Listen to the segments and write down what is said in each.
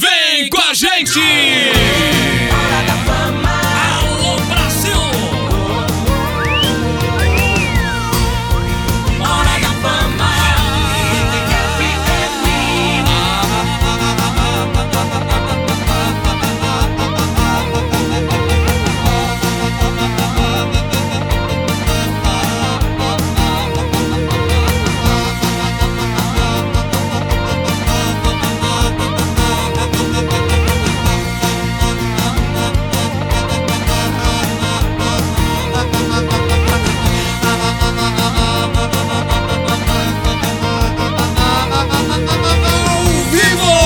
Vem com a gente! Alô Brasil! Hora da fama! Ao vivo!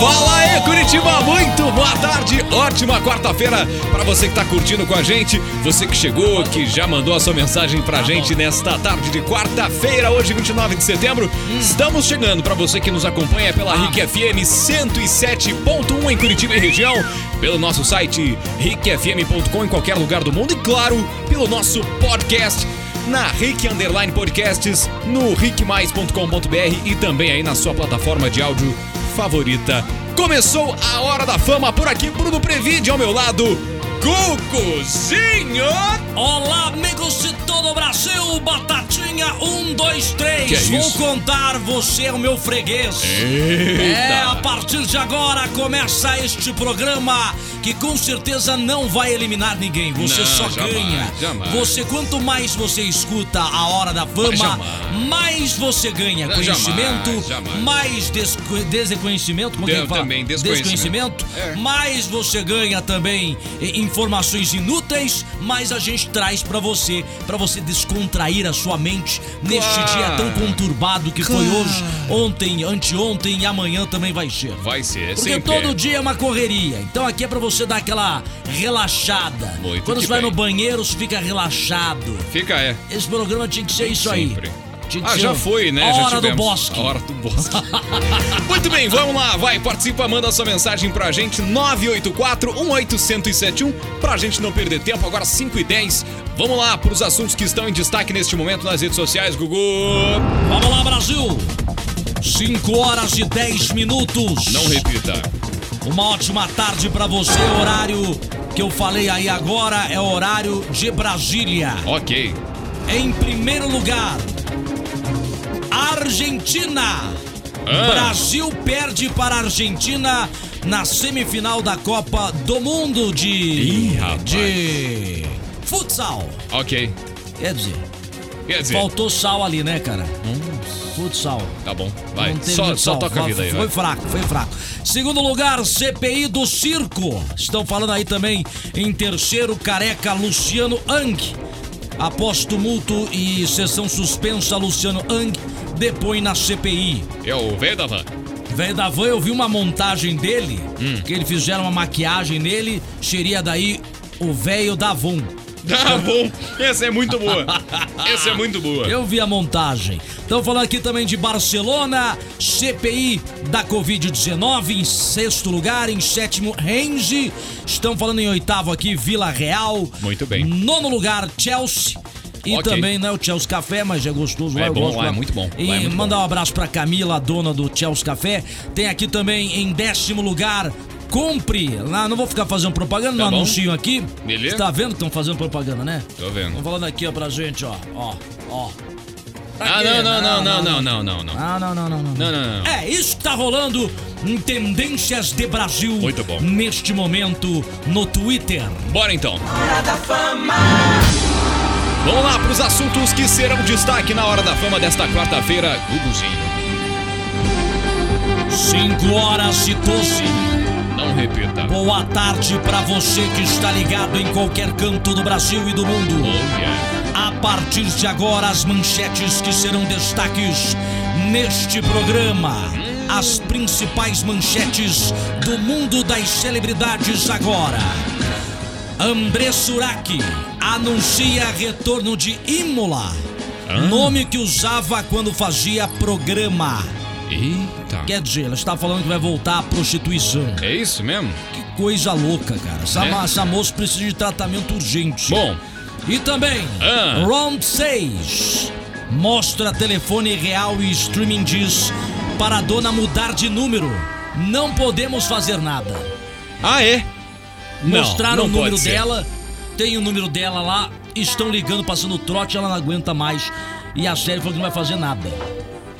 Fala aí, Curitiba! Muito boa tarde, ótima quarta-feira para você que tá curtindo com a gente, você que chegou, que já mandou a sua mensagem pra gente nesta tarde de quarta-feira, hoje 29 de setembro. Estamos chegando para você que nos acompanha pela RIC FM 107.1 em Curitiba e região, pelo nosso site ricfm.com em qualquer lugar do mundo e claro, pelo nosso podcast na Rick Underline Podcasts, no rickmais.com.br e também aí na sua plataforma de áudio favorita. Começou a Hora da Fama por aqui, Bruno Previde ao meu lado, Cucuzinho! Olá, amigos de todo o Brasil, Batatinha 1, 2, 3. Que é Vou isso? contar, você é o meu freguês. É, a partir de agora começa este programa que com certeza não vai eliminar ninguém. Você Não, só jamais, ganha. jamais. Você, quanto mais você escuta a hora da Mas fama, jamais. mais você ganha Não, conhecimento, jamais, jamais. mais desco- desconhecimento. Como é Eu que fala? também, desconhecimento. Desconhecimento, É. mais você ganha também eh, informações inúteis, mais a gente traz pra você, pra você descontrair a sua mente neste dia tão conturbado que foi hoje, ontem, anteontem e amanhã também vai ser. Vai ser, Porque sempre todo é. dia é uma correria. Então aqui é pra você dar aquela relaxada. Muito Quando que você vai bem. no banheiro, você fica relaxado. Fica é. Esse programa tinha que ser isso Sempre. aí. Tinha que Ah, ser já um- foi, né? A Já hora do tivemos. bosque. A hora do bosque. Muito bem, vamos lá. Vai, participa, manda sua mensagem pra gente, 984-18171, pra gente não perder tempo. Agora 5 e 10. Vamos lá pros assuntos que estão em destaque neste momento nas redes sociais, Gugu. Vamos lá, Brasil! 5 horas e 10 minutos. Não repita. Uma ótima tarde pra você. Horário que eu falei aí agora é horário de Brasília. Ok. Em primeiro lugar, Argentina. Ah. Brasil perde para a Argentina na semifinal da Copa do Mundo de Ih, rapaz. de futsal. Ok. Quer dizer, Quer dizer, faltou sal ali, né, cara? Futsal. tá bom. Vai. Não teve Só, muito só sal. toca a vida aí, Foi vai. fraco, foi fraco. Segundo lugar, CPI do circo. Estão falando aí também em terceiro, careca Luciano Ang. Após tumulto e sessão suspensa, Luciano Ang depõe na CPI. É o Vedavan. Velho da van, eu vi uma montagem dele, Hum. que eles fizeram uma maquiagem nele, seria daí o velho da Von. Tá bom. Essa é muito boa. Essa é muito boa. Eu vi a montagem. Estão falando aqui também de Barcelona, CPI da Covid-19 em sexto lugar, em sétimo Renzi. Estão falando em oitavo aqui, Vila Real. Muito bem. Nono lugar, Chelsea. E Ok. também, né, o Chelsea Café, mas é gostoso lá, É eu bom gosto lá, é muito bom. E Lá é muito mandar bom. um abraço pra Camila, a dona do Chelsea Café. Tem aqui também, em décimo lugar, Compre. Lá, não vou ficar fazendo propaganda, Tá não bom. anuncio aqui. Beleza. Você tá vendo que estão fazendo propaganda, né? Tô vendo. Estão falando aqui, ó, pra gente, ó. Ó, ó. Tá Ah, aqui. não, não, não, não, não, não, não, não. Ah, não, não, não, não. Não, não, não. É, isso que tá rolando em Tendências de Brasil. Muito bom. Neste momento, no Twitter. Bora então. Vamos lá para os assuntos que serão destaque na Hora da Fama desta quarta-feira, Guguzinho. 5 horas e 12. Não repita. Boa tarde pra você que está ligado em qualquer canto do Brasil e do mundo. Olha. A partir de agora, as manchetes que serão destaques neste programa. As principais manchetes do mundo das celebridades agora. André Surak anuncia retorno de Imola, nome que usava quando fazia programa. Eita. Quer dizer, ela está falando que vai voltar à prostituição. É isso mesmo? Que coisa louca, cara. Essa, É. ma- essa moça precisa de tratamento urgente. Bom, E também, Ah. Round 6 mostra telefone real e streaming diz para a dona mudar de número. não podemos fazer nada. Ah, é? Não, Mostraram não o número pode ser. dela, tem o número dela lá, estão ligando, passando trote, ela não aguenta mais. E a série falou que não vai fazer nada.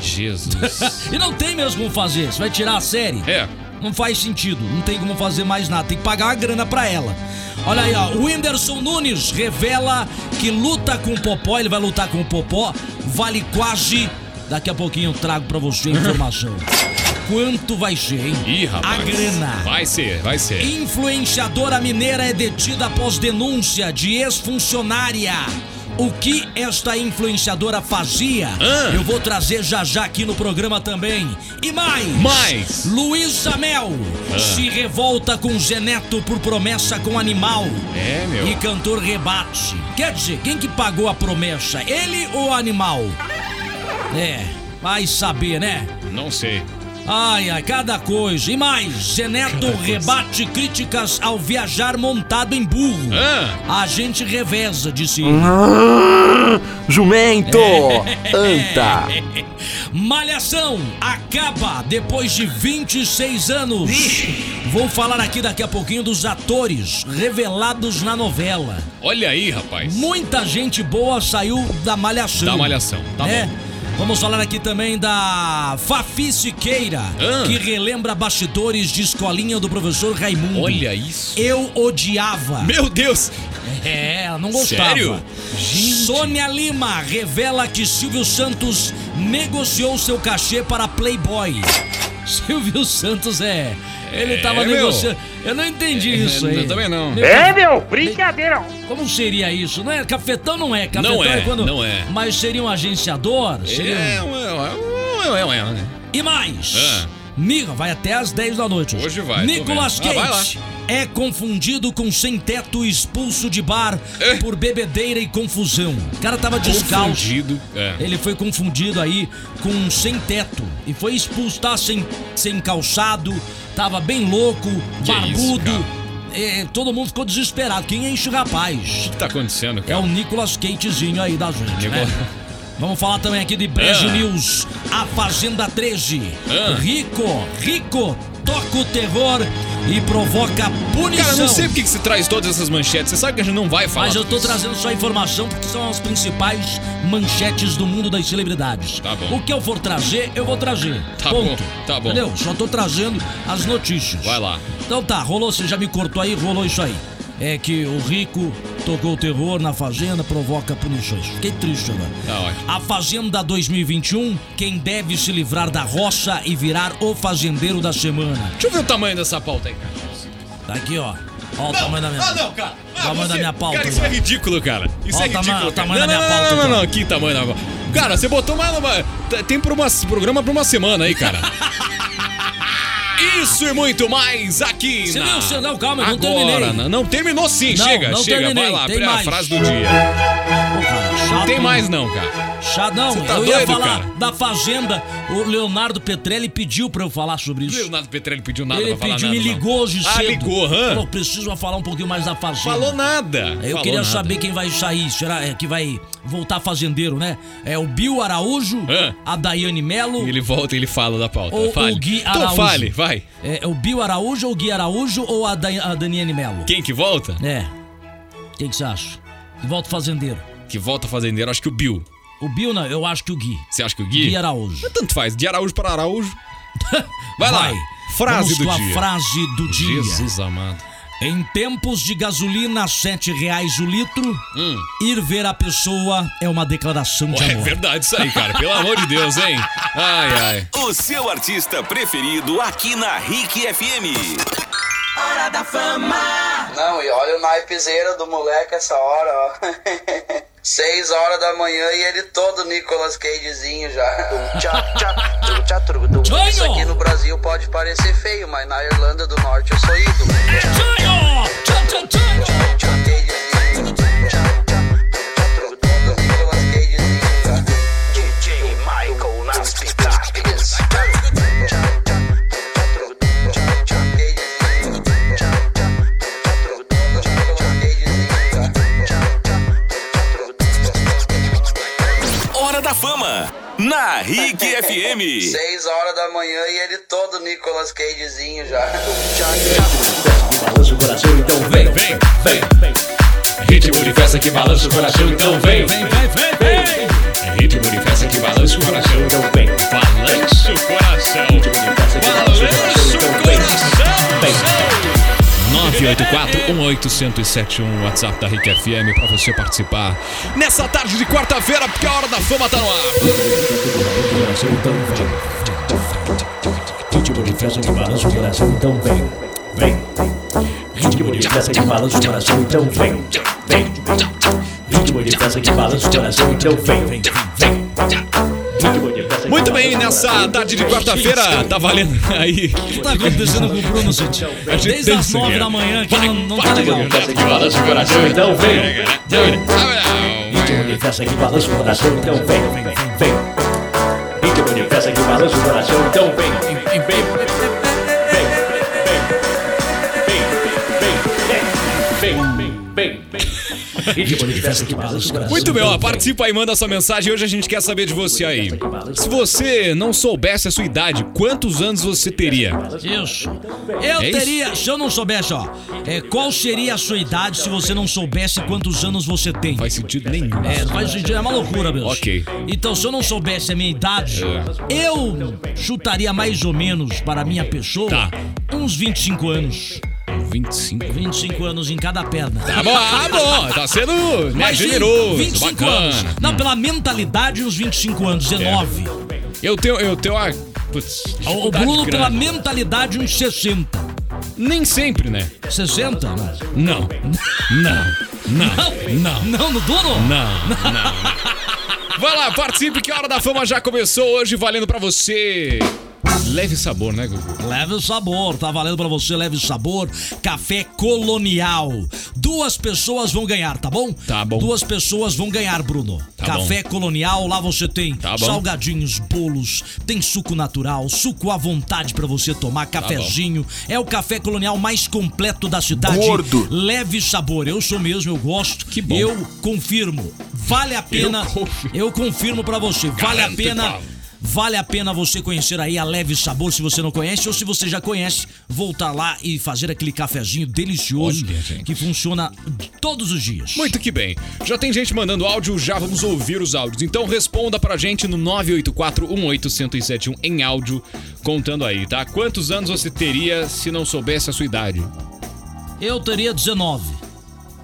Jesus. E não tem mesmo como fazer, você vai tirar a série. é. Não faz sentido, não tem como fazer mais nada, tem que pagar uma grana pra ela. Olha aí, ó, o Whindersson Nunes revela que luta com o Popó, ele vai lutar com o Popó, vale quase. Daqui a pouquinho eu trago pra você a informação. Quanto vai ser, hein? Ih, rapaz. A grana. Vai ser, vai ser. Influenciadora mineira é detida após denúncia de ex-funcionária. O que esta influenciadora fazia? Ah. Eu vou trazer já já aqui no programa também. E mais! Mais. Ah. Luísa Mel se revolta com Zeneto por promessa com animal. É, meu. E cantor rebate. Quer dizer, quem que pagou a promessa? Ele ou o animal? É, vai saber, né? Não sei. Ai, ai, cada coisa. E mais, Zeneto rebate críticas ao viajar montado em burro. Ah, A gente reveza, disse um. Ah, Jumento! Anta! Malhação acaba depois de 26 anos. Vou falar aqui daqui a pouquinho dos atores revelados na novela. olha aí, rapaz. Muita gente boa saiu da Malhação. Da malhação, tá né? bom. Vamos falar aqui também da Fafi Siqueira, Ah. que relembra bastidores de escolinha do professor Raimundo. Olha isso. Eu odiava. Meu Deus. É, ela não gostava. Sério? Sônia Lima revela que Silvio Santos negociou seu cachê para Playboy. Silvio Santos é. Ele É, tava meu. negociando. Eu não entendi isso aí. Eu também não. É, meu, brincadeira. Como seria isso? Não é? Cafetão não é. Cafetão Não é, quando. não é. Mas seria um agenciador? Seria um- É, ué, ué, ué, ué, ué, ué. E mais! Ah. Nico, vai até às 10 da noite. Hoje vai, tô Nicolas vendo. Ah, vai Cage é confundido com sem-teto expulso de bar É. por bebedeira e confusão. O cara tava descalço. Confundido. É. Ele foi confundido aí com um sem-teto e foi expulso, tá sem, sem calçado, tava bem louco, Que barbudo. isso, É, todo mundo ficou desesperado. Quem enche o rapaz? O que tá acontecendo, É cara? o Nicolas Cagezinho aí da gente, né? Nicolas- Vamos falar também aqui de Brejo Ah. News, a Fazenda 13. Ah. Rico, rico, toca o terror e provoca punição. Cara, eu não sei por que que você traz todas essas manchetes. Você sabe que a gente não vai falar. Mas eu tô disso. trazendo só informação porque são as principais manchetes do mundo das celebridades. Tá bom. O que eu for trazer, eu vou trazer. Tá Ponto. bom, tá bom. Entendeu? Só tô trazendo as notícias. Vai lá. Então tá, rolou, você já me cortou aí, rolou isso aí. É que o rico tocou o terror na fazenda, provoca punições. Fiquei triste agora. Tá ótimo. A Fazenda 2021, quem deve se livrar da roça e virar o fazendeiro da semana. Deixa eu ver o tamanho dessa pauta aí, cara. Tá aqui, ó. Ó o tamanho da minha. Ah, não, cara. Ah, Tamanho da minha pauta, Cara, isso é cara. ridículo, cara. Isso Ó, é o tama- ridículo. o cara. tamanho da não, minha não, pauta, Não, não, não, cara. que tamanho da pauta. Cara, você botou mais uma. t- Tem pra uma, programa pra uma semana aí, cara. Isso e muito mais aqui Você na... não, você não, calma, eu não Agora, terminei. na- Não, terminou sim, Não, chega, não chega. Vai terminei, lá, tem a mais. Tá frase do dia. Pô, cara, Não chato, tem hein? mais não, cara. Chato, não. Você tá eu doido, ia falar cara? da Fazenda. O Leonardo Petrelli pediu pra eu falar sobre O isso. Leonardo Petrelli pediu nada Ele pra falar pediu, nada, me não. ligou hoje Ah, cedo. ligou, hã? Falou, preciso falar um pouquinho mais da Fazenda. Falou nada. Eu Falou queria nada. saber quem vai sair, será é, que vai voltar fazendeiro, né? É o Bill Araújo, Hã? a Daiane Melo, Ele volta e ele fala da pauta. Ou o fale. Gui então Araújo. fale, vai. é, é o Bill Araújo ou o Gui Araújo ou a, da, a Daniele Melo? Quem que volta? É. O que que você acha? Volta fazendeiro. Que volta fazendeiro, acho que o Bill. O Bill não, eu acho que o Gui. Você acha que o Gui Gui? Ah, Araújo. Tanto faz, de Araújo para Araújo. Vai, lá. Frase Vamos do com dia. a frase do dia. Jesus amado. Em tempos de gasolina, R$ 7 reais o litro, Hum. ir ver a pessoa é uma declaração Tá de Ué, é amor. verdade isso aí, cara. Pelo amor de Deus, hein? Ai, ai. O seu artista preferido aqui na Rick FM. Não, e olha o naipezeira do moleque essa hora, ó. Seis horas da manhã e ele todo Nicolas Cagezinho já. Dum, tchá, tchá, tru, tchá, tru, dum. Sonho! Isso aqui no Brasil pode parecer feio, mas na Irlanda do Norte eu sou ídolo. Tchau, tchau, tchau, tchau. Tchá, Cagezinho, tchá, tchá, tchá, tru, dum, do Nicolas Cagezinho já. DJ Michael nas pitadas. Isso. Tchá, tchá, tchá, tchá, tru, dum, tchá, tchá, Cagezinho, tchá, tchá, tchá, tru, dum, do Nicolas Cagezinho já. Tchá, tchá, tchá, tru, dum. Hora da Fama. Na Rick FM. 6 horas da manhã e ele todo Nicolas Cagezinho já. Balança o coração, então vem, vem, vem, vem. Ritmo de festa que balança o coração, então vem, vem, vem, vem, vem. Ritmo de festa que balança o coração, então vem. Balança o coração. Ritmo de festa que balança o coração, então vem. Vem. 984-181-1071, WhatsApp da Rick FM, pra você participar nessa tarde de quarta-feira, porque a hora da fama tá no ar. Coração, então vem. Ritmo de festa que balança o coração, então vem, vem. Ritmo de festa que balança o coração, então vem, vem. Ritmo de festa que balança o coração, então vem, vem, vem. Ritmo de festa que Muito bem, balança o nessa coração, tarde de quarta-feira, tá valendo aí. que tá acontecendo com o Bruno, gente? A gente Desde tem as que nove ganhar. da manhã que Vai, não, não vai, tá legal. Bruno. Festa que balança o coração, então vem. Ritmo de festa que balança o coração, então vem, vem, vem. Ritmo de festa que balança o coração, então vem, vem, vem. Vem, vem, vem. Vem, vem, vem, vem. Ritmo de festa que balança o coração. Muito bem, ó, então vem. participa aí, manda sua mensagem. Hoje a gente quer saber de você aí. Se você não soubesse a sua idade, quantos anos você teria? Isso. Eu É isso? teria, se eu não soubesse, ó, é, qual seria a sua idade se você não soubesse quantos anos você tem? Faz sentido nenhum. É, faz sentido, é uma loucura, meu. Ok. É. Então, se eu não soubesse a minha idade, eu chutaria mais ou menos para a minha pessoa Tá. uns 25 anos. 25. 25 anos em cada perna. Tá bom, ah, bom, tá sendo né, Mas sim, generoso, 25 bacana. Hum. É, anos. Não, pela mentalidade, uns 25 anos, 19. Eu tenho, eu tenho a. Putz, O o dificuldade Bruno, pela grande. mentalidade, uns 60. Nem sempre, né? 60? Não. Não. Não. Não. Não. Não, no dono? Não, não. Vai lá, participe que a Hora da Fama já começou hoje, valendo pra você. Leve sabor, né, Gugu? Leve o sabor, tá valendo pra você, leve o sabor. Café Colonial. Duas pessoas vão ganhar, tá bom? Tá bom. Duas pessoas vão ganhar, Bruno. Tá Café Colonial, lá você tem Tá bom. salgadinhos, bolos, tem suco natural, suco à vontade pra você tomar, Tá cafezinho. é o café colonial mais completo da cidade. Gordo. Leve sabor. Eu sou mesmo, eu gosto. Que bom. Eu confirmo. Vale a pena. confirmo. Eu confirmo pra você. Vale a Garanto pena. igual. Vale a pena você conhecer aí a Leve Sabor, se você não conhece, ou se você já conhece, voltar lá e fazer aquele cafezinho delicioso Olha, gente. que funciona todos os dias. Muito que bem. Já tem gente mandando áudio, já vamos ouvir os áudios. Então responda pra gente no 984-181-1071 em áudio, contando aí, tá? Quantos anos você teria se não soubesse a sua idade? Eu teria 19.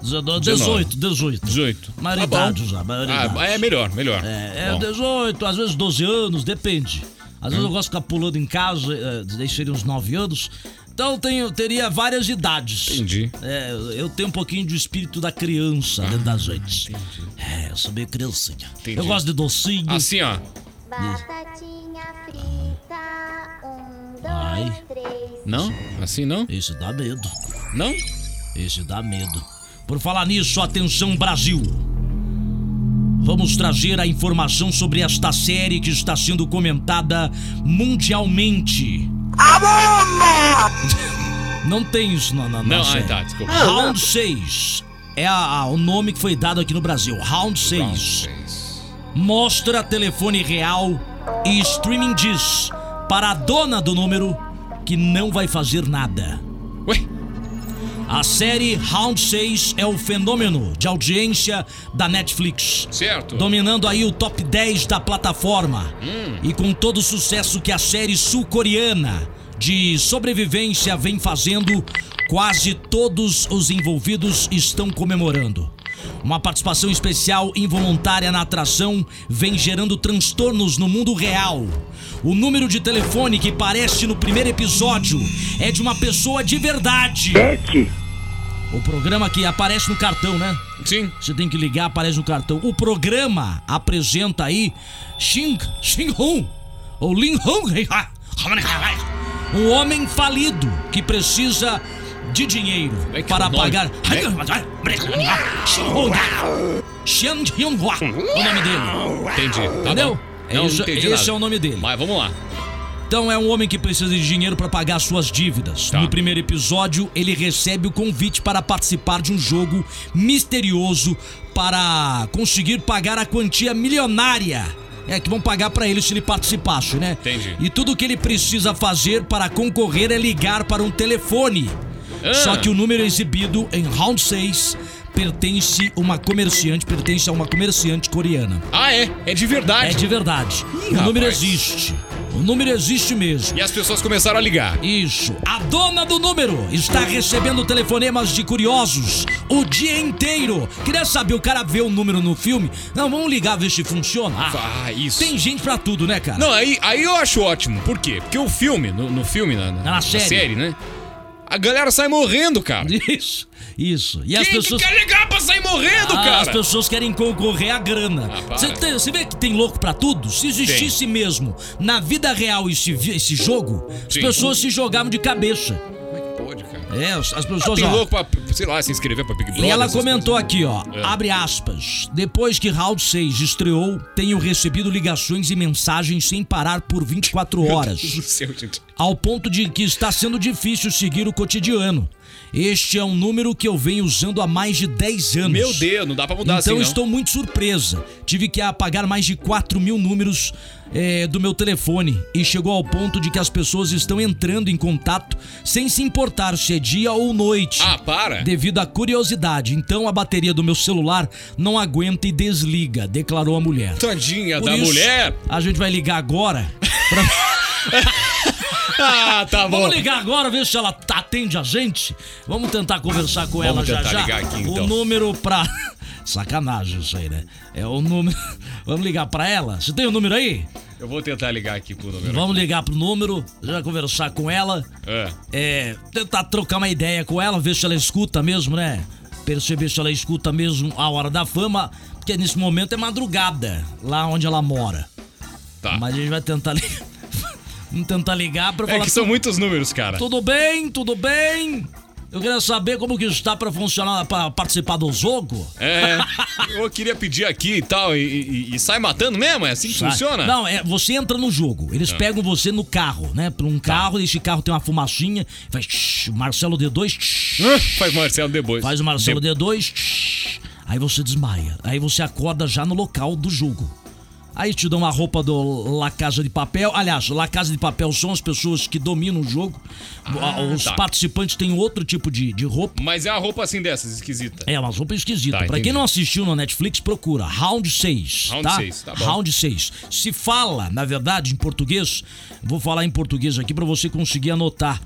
19 18, 18. 18. Maridade Tá já, bom. maridade. Ah, é melhor, melhor. É, é Bom. Hum? 18, às vezes 12 anos, depende. Às vezes eu gosto de ficar pulando em casa, é, daí seria uns 9 anos. Então eu tenho, teria várias idades. Entendi. É, eu tenho um pouquinho do espírito da criança dentro das noites. É, eu sou meio criancinha. Ah, Entendi. Eu gosto de docinho. Assim, ó. Batatinha frita, um, dois, Ai. três. Não? Assim não? Esse dá medo. Não? Esse dá medo. Por falar nisso, atenção Brasil! Vamos trazer a informação sobre esta série que está sendo comentada mundialmente. Não tem isso na, na, na Não, ah, série. tá, desculpa. Round 6 é a- a- o nome que foi dado aqui no Brasil. Round 6 mostra telefone real e streaming diz para a dona do número que não vai fazer nada. Ué? A série Round 6 é o fenômeno de audiência da Netflix. Certo. Dominando aí o top 10 da plataforma. E com todo o sucesso que a série sul-coreana de sobrevivência vem fazendo, quase todos os envolvidos estão comemorando. Uma participação especial involuntária na atração vem gerando transtornos no mundo real. O número de telefone que parece no primeiro episódio é de uma pessoa de verdade. O programa que aparece no cartão, né? Sim. Você tem que ligar, aparece no cartão. O programa apresenta aí Xing, Xing Hong, ou Lin Hong, um homem falido que precisa de dinheiro É que para nome- pagar. Xiang Hyun-hua, o nome dele. Entendi. Tá Entendeu? bom. É Não, isso- não entendi esse nada. é o nome dele. Mas vamos lá. Então é um homem que precisa de dinheiro para pagar suas dívidas. Tá. No primeiro episódio, ele recebe o convite para participar de um jogo misterioso para conseguir pagar a quantia milionária É que vão pagar pra ele se ele participasse, né? Entendi. E tudo que ele precisa fazer para concorrer é ligar para um telefone. Ah. Só que o número exibido em round 6 pertence a uma comerciante, pertence a uma comerciante coreana. Ah, é? É de É verdade. de verdade. Ih, o número rapaz. existe. O número existe mesmo. E as pessoas começaram a ligar. Isso. A dona do número está recebendo telefonemas de curiosos o dia inteiro. Queria saber, o cara vê o número no filme? Não, vamos ligar, ver se funciona. Ah, Ah, isso. tem gente pra tudo, né, cara? Não, aí, aí eu acho ótimo. Por quê? Porque o filme, no, no filme, na, na- Na na série. né? A galera sai morrendo, cara. Isso, isso. E as Quem pessoas... que quer ligar pra sair morrendo, Ah, cara? As pessoas querem concorrer à grana. Ah, para. Você tem- você vê que tem louco pra tudo? Se existisse mesmo na vida real esse, vi- esse jogo, Sim. as pessoas se jogavam de cabeça. Como é que pode, cara? É, as as pessoas. Tem ó, louco pra, sei lá, se inscrever pra Big Brother. E ela essas comentou aqui, ó, É. abre aspas. Depois que Round 6 estreou, tenho recebido ligações e mensagens sem parar por 24 coisas. Meu Deus horas, do céu, gente. ao ponto de que está sendo difícil seguir o cotidiano. Este é um número que eu venho usando há mais de 10 anos. Meu Deus, não dá pra mudar Então assim, estou muito surpresa. Tive que apagar mais de 4 mil números eh, do meu telefone e chegou ao ponto de que as pessoas estão entrando em contato sem se importar se é dia ou noite. não. Ah, para. Devido à curiosidade, então a bateria do meu celular não aguenta e desliga, declarou a mulher. Tadinha Por Tá da isso, mulher. A gente vai ligar agora. Ah, tá bom. Vamos ligar agora, ver se ela t- atende a gente. Vamos tentar conversar com ela já tentar já. ligar aqui, então. O número pra. Sacanagem isso aí, né? É o número. Vamos ligar pra ela? Você tem o número aí? Eu vou tentar ligar aqui pro número. Vamos ligar pro número, já conversar com ela. É. É, tentar trocar uma ideia com ela, ver se ela escuta mesmo, né? Perceber se ela escuta mesmo a hora da fama, porque nesse momento é madrugada, lá onde ela mora. Tá. Mas a gente vai tentar ligar. Vamos tentar ligar pra É falar. assim, que são muitos números, cara. Tudo bem, tudo bem? Eu queria saber como que está pra funcionar, pra participar do jogo. É. Eu queria pedir aqui e tal, e, e- e sai matando mesmo? É assim que funciona? Ah. Não, é, você entra no jogo. Eles pegam você no carro, né? Pra Tá. um carro, esse carro tem uma fumacinha. Faz tsh, Marcelo D2. tsh, Hã? Faz Marcelo depois. Faz o Marcelo De- D2, tsh, aí você desmaia. Aí você acorda já no local do jogo. Aí te dão a roupa do La Casa de Papel. Aliás, La Casa de Papel são as pessoas que dominam o jogo. Ah, Os tá. participantes têm outro tipo de, de roupa. Mas é uma roupa assim dessas, esquisita. É, umas roupas esquisitas. Tá, pra quem entendi. não assistiu na Netflix, procura. Round 6. Round tá? seis, tá bom. Round 6. Se fala, na verdade, em português. Vou falar em português aqui pra você conseguir anotar.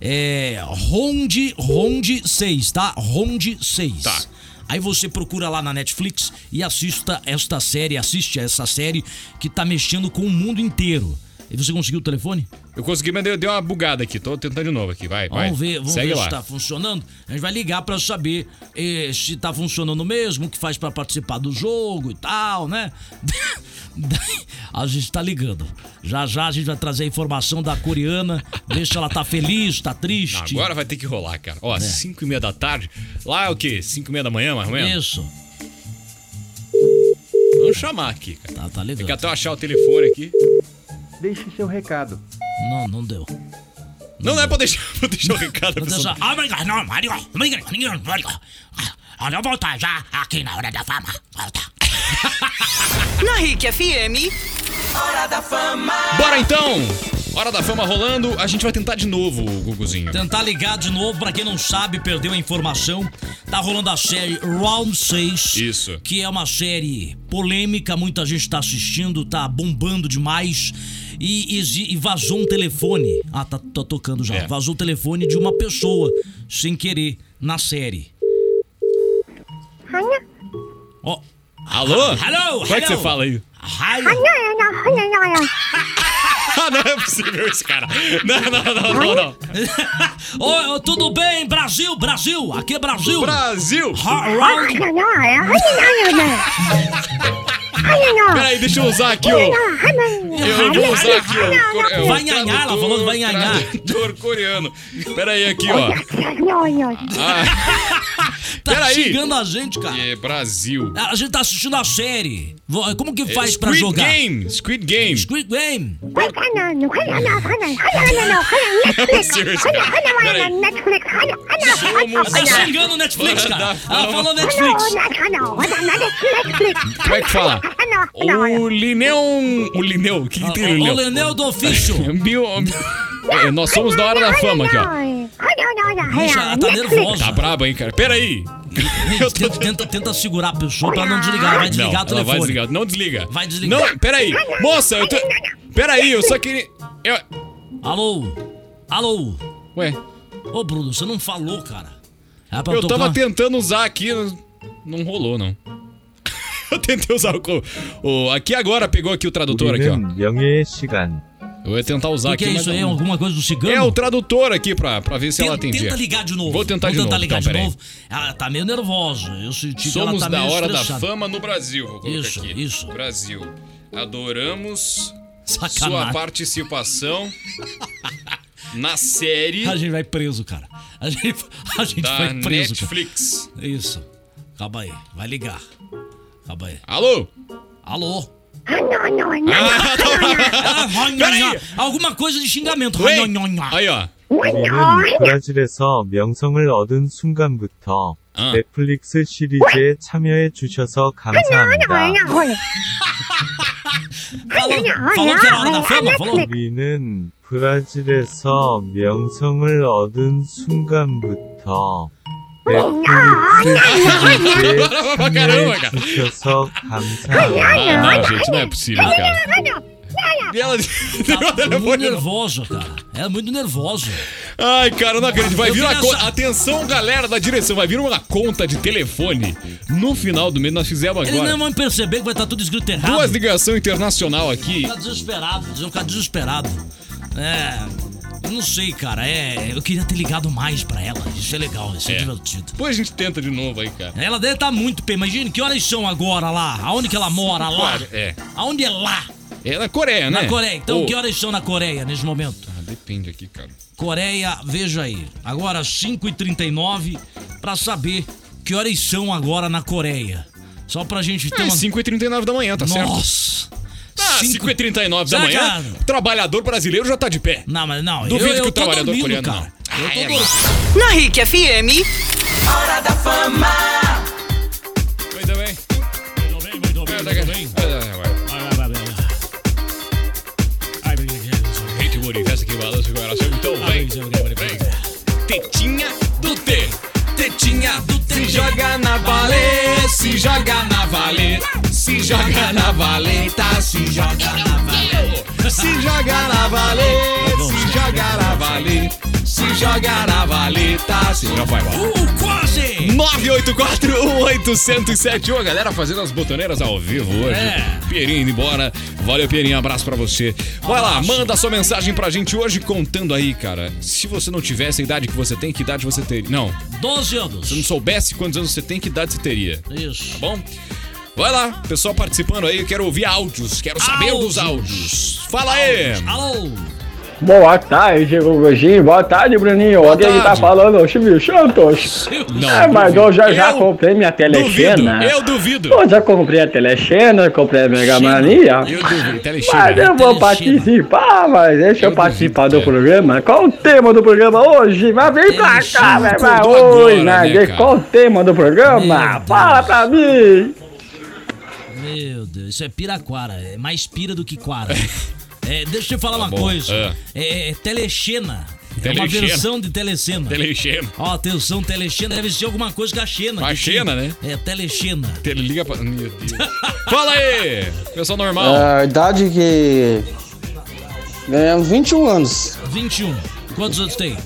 É. Round, round 6, tá? Round 6. Tá. Aí você procura lá na Netflix e assista esta série, assiste a essa série que tá mexendo com o mundo inteiro. E você conseguiu o telefone? Eu consegui, mas deu, deu uma bugada aqui. Tô tentando de novo aqui. Vai, vai. Vamos ver, vamos Segue ver lá. se tá funcionando. A gente vai ligar pra saber eh, se tá funcionando mesmo, o que faz pra participar do jogo e tal, né? Daí, a gente tá ligando. Já já a gente vai trazer a informação da coreana, ver se ela tá feliz, tá Não, triste. agora vai ter que rolar, cara. É. Ó, 5 e meia da tarde. Lá é o quê? 5 e meia da manhã, mais ou menos? Isso. Vamos chamar aqui, cara. Tá, tá Tem que ligando. até eu achar o telefone aqui. Não, não deu. Não, não é pra deixar, pra deixar o recado. Não deu pra pessoa. só. Ah, mas não, Mario, Mario, Mario, Mario. Ah, Olha, eu voltar já aqui na hora da fama. Volta. Na Rick FM. Bora então! Hora da fama rolando. A gente vai tentar de novo, Guguzinho. Tentar ligar de novo, pra quem não sabe, perdeu a informação. Tá rolando a série Round 6. Isso. Que é uma série polêmica, muita gente tá assistindo, tá bombando demais. E, exi- e vazou um telefone. Ah, tá, tá tocando já. É. Vazou o telefone de uma pessoa, sem querer, na série. Ó. Alô? Alô, Como é que você alô? fala aí? Raio. Ah, não é possível esse cara. Não, não, não, não, não. Ô, ô, tudo bem, Brasil, Brasil? Aqui é Brasil. Brasil! Ra- round Peraí, deixa eu usar aqui o. Eu vou usar aqui o. core- é, o Vai nhanhar, ela tradutor- falou, vai nhanhar. Tradutor coreano. Peraí, aqui, ó. tá Peraí. xingando a gente, cara. É Brasil. A gente tá assistindo a série. Vo- Como que faz pra É Squid jogar? Game! Squid Game! Squid Game. Tá xingando o Netflix, Fora da cara. fama. Ela falou Netflix. Como é que fala? O Lineu. O Lineu. O que, que tem, Ah, O, o Lineu? Leneu do ofício. Bio... É, Nós somos da hora da fama aqui, ó. Ixi, ela tá nervosa. Tá braba, hein, cara? Peraí. Eu tô- Tenta, tenta, tenta segurar a pessoa pra não desligar. Vai Não, desligar o ela telefone. vai desligar. Não desliga. Vai desligar. Não, peraí. Moça, eu tô. Peraí, eu só queria. Eu... Alô? Alô? Ué, Ô, Bruno, você não falou, cara. Era pra eu tocar- tava tentando usar aqui. Não rolou, não. Eu tentei usar o. co- o- aqui agora pegou aqui o tradutor aqui, ó. Eu ia tentar usar O que aqui, é mas isso aí? não- Alguma coisa do cigano? É o tradutor aqui pra, pra ver se Tenta- ela atendia. Tenta ligar de novo. Vou tentar de Vamos novo, ligar então, de peraí. novo. Ela tá meio nervosa. Eu senti Somos que ela tá da meio hora da estressada. fama no Brasil. Vou colocar Isso, aqui. isso. Brasil. Adoramos sua Sacanagem. participação na série A gente vai preso, cara. A gente, a gente da vai preso, Netflix. cara. Isso. Calma aí. Vai ligar. Calma aí. Alô? Alô? Ah, tá. Ah, nhon, nhon, peraí. nhon. Alguma coisa de xingamento. Oi. Nhon, nhon, nhon. Aí, ó. 우리는 음, 브라질에서 명성을 얻은 순간부터 아. 넷플릭스 시리즈에 참여해 주셔서 감사합니다. Falou, falou que era hora da fama. Falou. 우리는 브라질에서 명성을 얻은 순간부터 넷플릭스 시리즈에 아, 참여해 주셔서 감사합니다. Ah, não, gente, não é possível, cara. E ela deu o Tá muito telefone. não. nervosa, cara. Ela é muito nervosa. Ai, cara, eu não acredito. Vai Eu vir vi uma nessa- conta. Atenção, galera da direção. Vai vir uma conta de telefone. No final do mês, nós fizemos Eles agora não é vão perceber que vai estar tudo escrito errado. duas ligações internacional aqui. ficar desesperado, eles vão ficar desesperado. É. eu Não sei, cara. É. Eu queria ter ligado mais pra ela. Isso é legal, isso é, É. divertido. Depois a gente tenta de novo aí, cara. Ela deve estar muito bem. Imagina que horas são agora lá. Aonde que ela mora lá? Claro, é. Aonde é lá? É na Coreia, né? Na Coreia. Então, Ou- que horas são na Coreia nesse momento? Ah, depende aqui, cara. Coreia, veja aí. Agora 5h39 pra saber que horas são agora na Coreia. Só pra gente ter É, uma. 5h39 da manhã, tá certo? Então, Nossa! Ah, Cinco- 5h39 da Será manhã, que a- o trabalhador brasileiro já tá de pé. Não, mas não. Duvido eu, que eu o tô trabalhador dormindo, coreano não. cara. Ah, Eu tô é, dormindo. Na Rick FM. Muito bem. tá Gente bonita, essa que balança o coração. Então vem, vem. Tetinha do T. Tetinha do T. Se joga na valeta, se joga na valeta, se joga na valeta, se joga na valeta. Se joga na valeta, se joga na valeta, se joga na valeta. Se já vai, vai. Uh, quase! um 984 um. A galera fazendo as botoneiras ao vivo hoje. É. Pierinho indo embora. Valeu, Pierinho. Abraço pra você. Vai lá, manda sua mensagem pra gente hoje contando aí, cara. Se você não tivesse a idade que você tem, que idade você teria? Não, 12 anos. se não soubesse quantos anos você tem, que idade você teria? Tá Isso. bom? Vai lá, pessoal participando aí. Eu quero ouvir áudios. Quero saber dos áudios. Fala aí. Alô? Boa tarde, chegou o Gojinho. Boa tarde, Bruninho. Olha quem tá tarde. falando, oxe, bicho, Antos. Não, É, mas eu já, já Ah, Eu comprei minha Duvido. telexena. Eu duvido. Eu já comprei a telexena, comprei a Mega Mania. Eu duvido. Mas Telechina. eu vou Telexena. participar, mas deixa eu, Eu participar do duvido, programa. Qual o tema do programa hoje? Mas vem pra cá, Telexena velho. Vai, acordou oi, agora, né, Nadir, cara? Qual o tema do Meu programa? Deus. Fala pra mim. Meu Deus, isso é piraquara. É mais pira do que quara. É, deixa eu te falar uma bom, coisa. é. É, é telexena. É uma Telexena. versão de telecena. Telexena. Ó, atenção, telexena. Deve ser alguma coisa com a Xena. Com a que tem. Xena, né? É, telexena. Ele liga pra. Meu Deus. Fala aí! Pessoal É, normal. A idade que. Ganhamos 21 anos. 21. Quantos anos tem?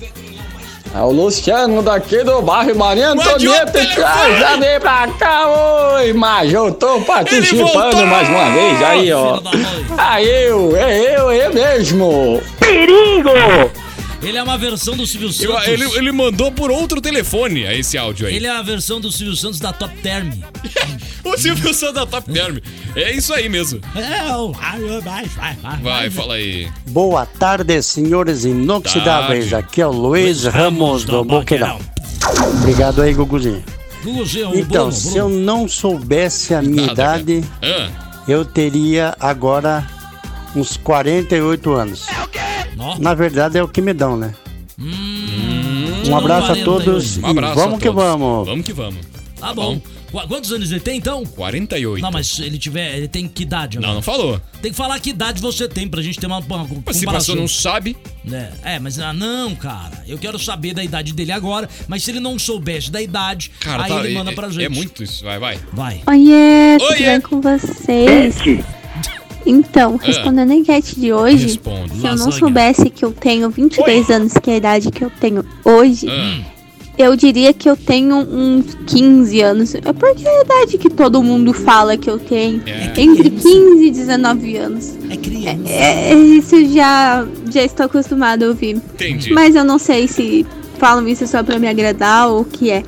É o Luciano daqui do bairro Maria Mas de onde Antonieta ele foi? né? já vem pra cá, oi, mas eu tô voltou! participando mais uma vez, aí ó. Filho da mãe. Aí eu, é eu, eu mesmo. Ele é uma versão do Silvio Eu- Santos. ele, ele mandou por outro telefone a esse áudio aí. Ele é a versão do Silvio Santos da Top Term. O Silvio Santos da Top Term. É isso aí mesmo. É, o- vai, vai, vai, vai. Vai, fala aí. Boa tarde, senhores inoxidáveis. Tarde. Aqui é o Luiz Ramos do Boqueirão. Obrigado aí, Guguzinho. Guguzinho, o Então, Bruno, se eu Bruno. não soubesse a minha Nada, cara. idade, Ah, eu teria agora uns 48 anos. Nó. Na verdade, é o que me dão, né? Não, Um abraço a 48. todos um abraço. e vamos a que todos. vamos. Vamos que vamos. Tá bom. Qu- Quantos anos ele tem, então? 48. Não, mas ele tiver. Ele tem que idade, né? Não, não falou. Tem que falar que idade você tem pra gente ter uma, uma Mas se você comparação. não sabe, É, é, mas ah, não, cara. Eu quero saber da idade dele agora, mas se ele não soubesse da idade, cara, aí tá, ele é- manda pra é, gente. é muito isso. Vai, vai. Vai. Oiê, tudo Oiê. bem com vocês? Então, Ah. respondendo a enquete de hoje, Respondo. se eu não Lasanha. soubesse que eu tenho 22 anos, que é a idade que eu tenho hoje, eu diria que eu tenho uns 15 anos. É porque é a idade que todo mundo fala que eu tenho. É. Entre 15 e 19 anos. É criança. É, isso eu já, já estou acostumado a ouvir. Entendi. Mas eu não sei se falam isso só pra me agradar ou o que é.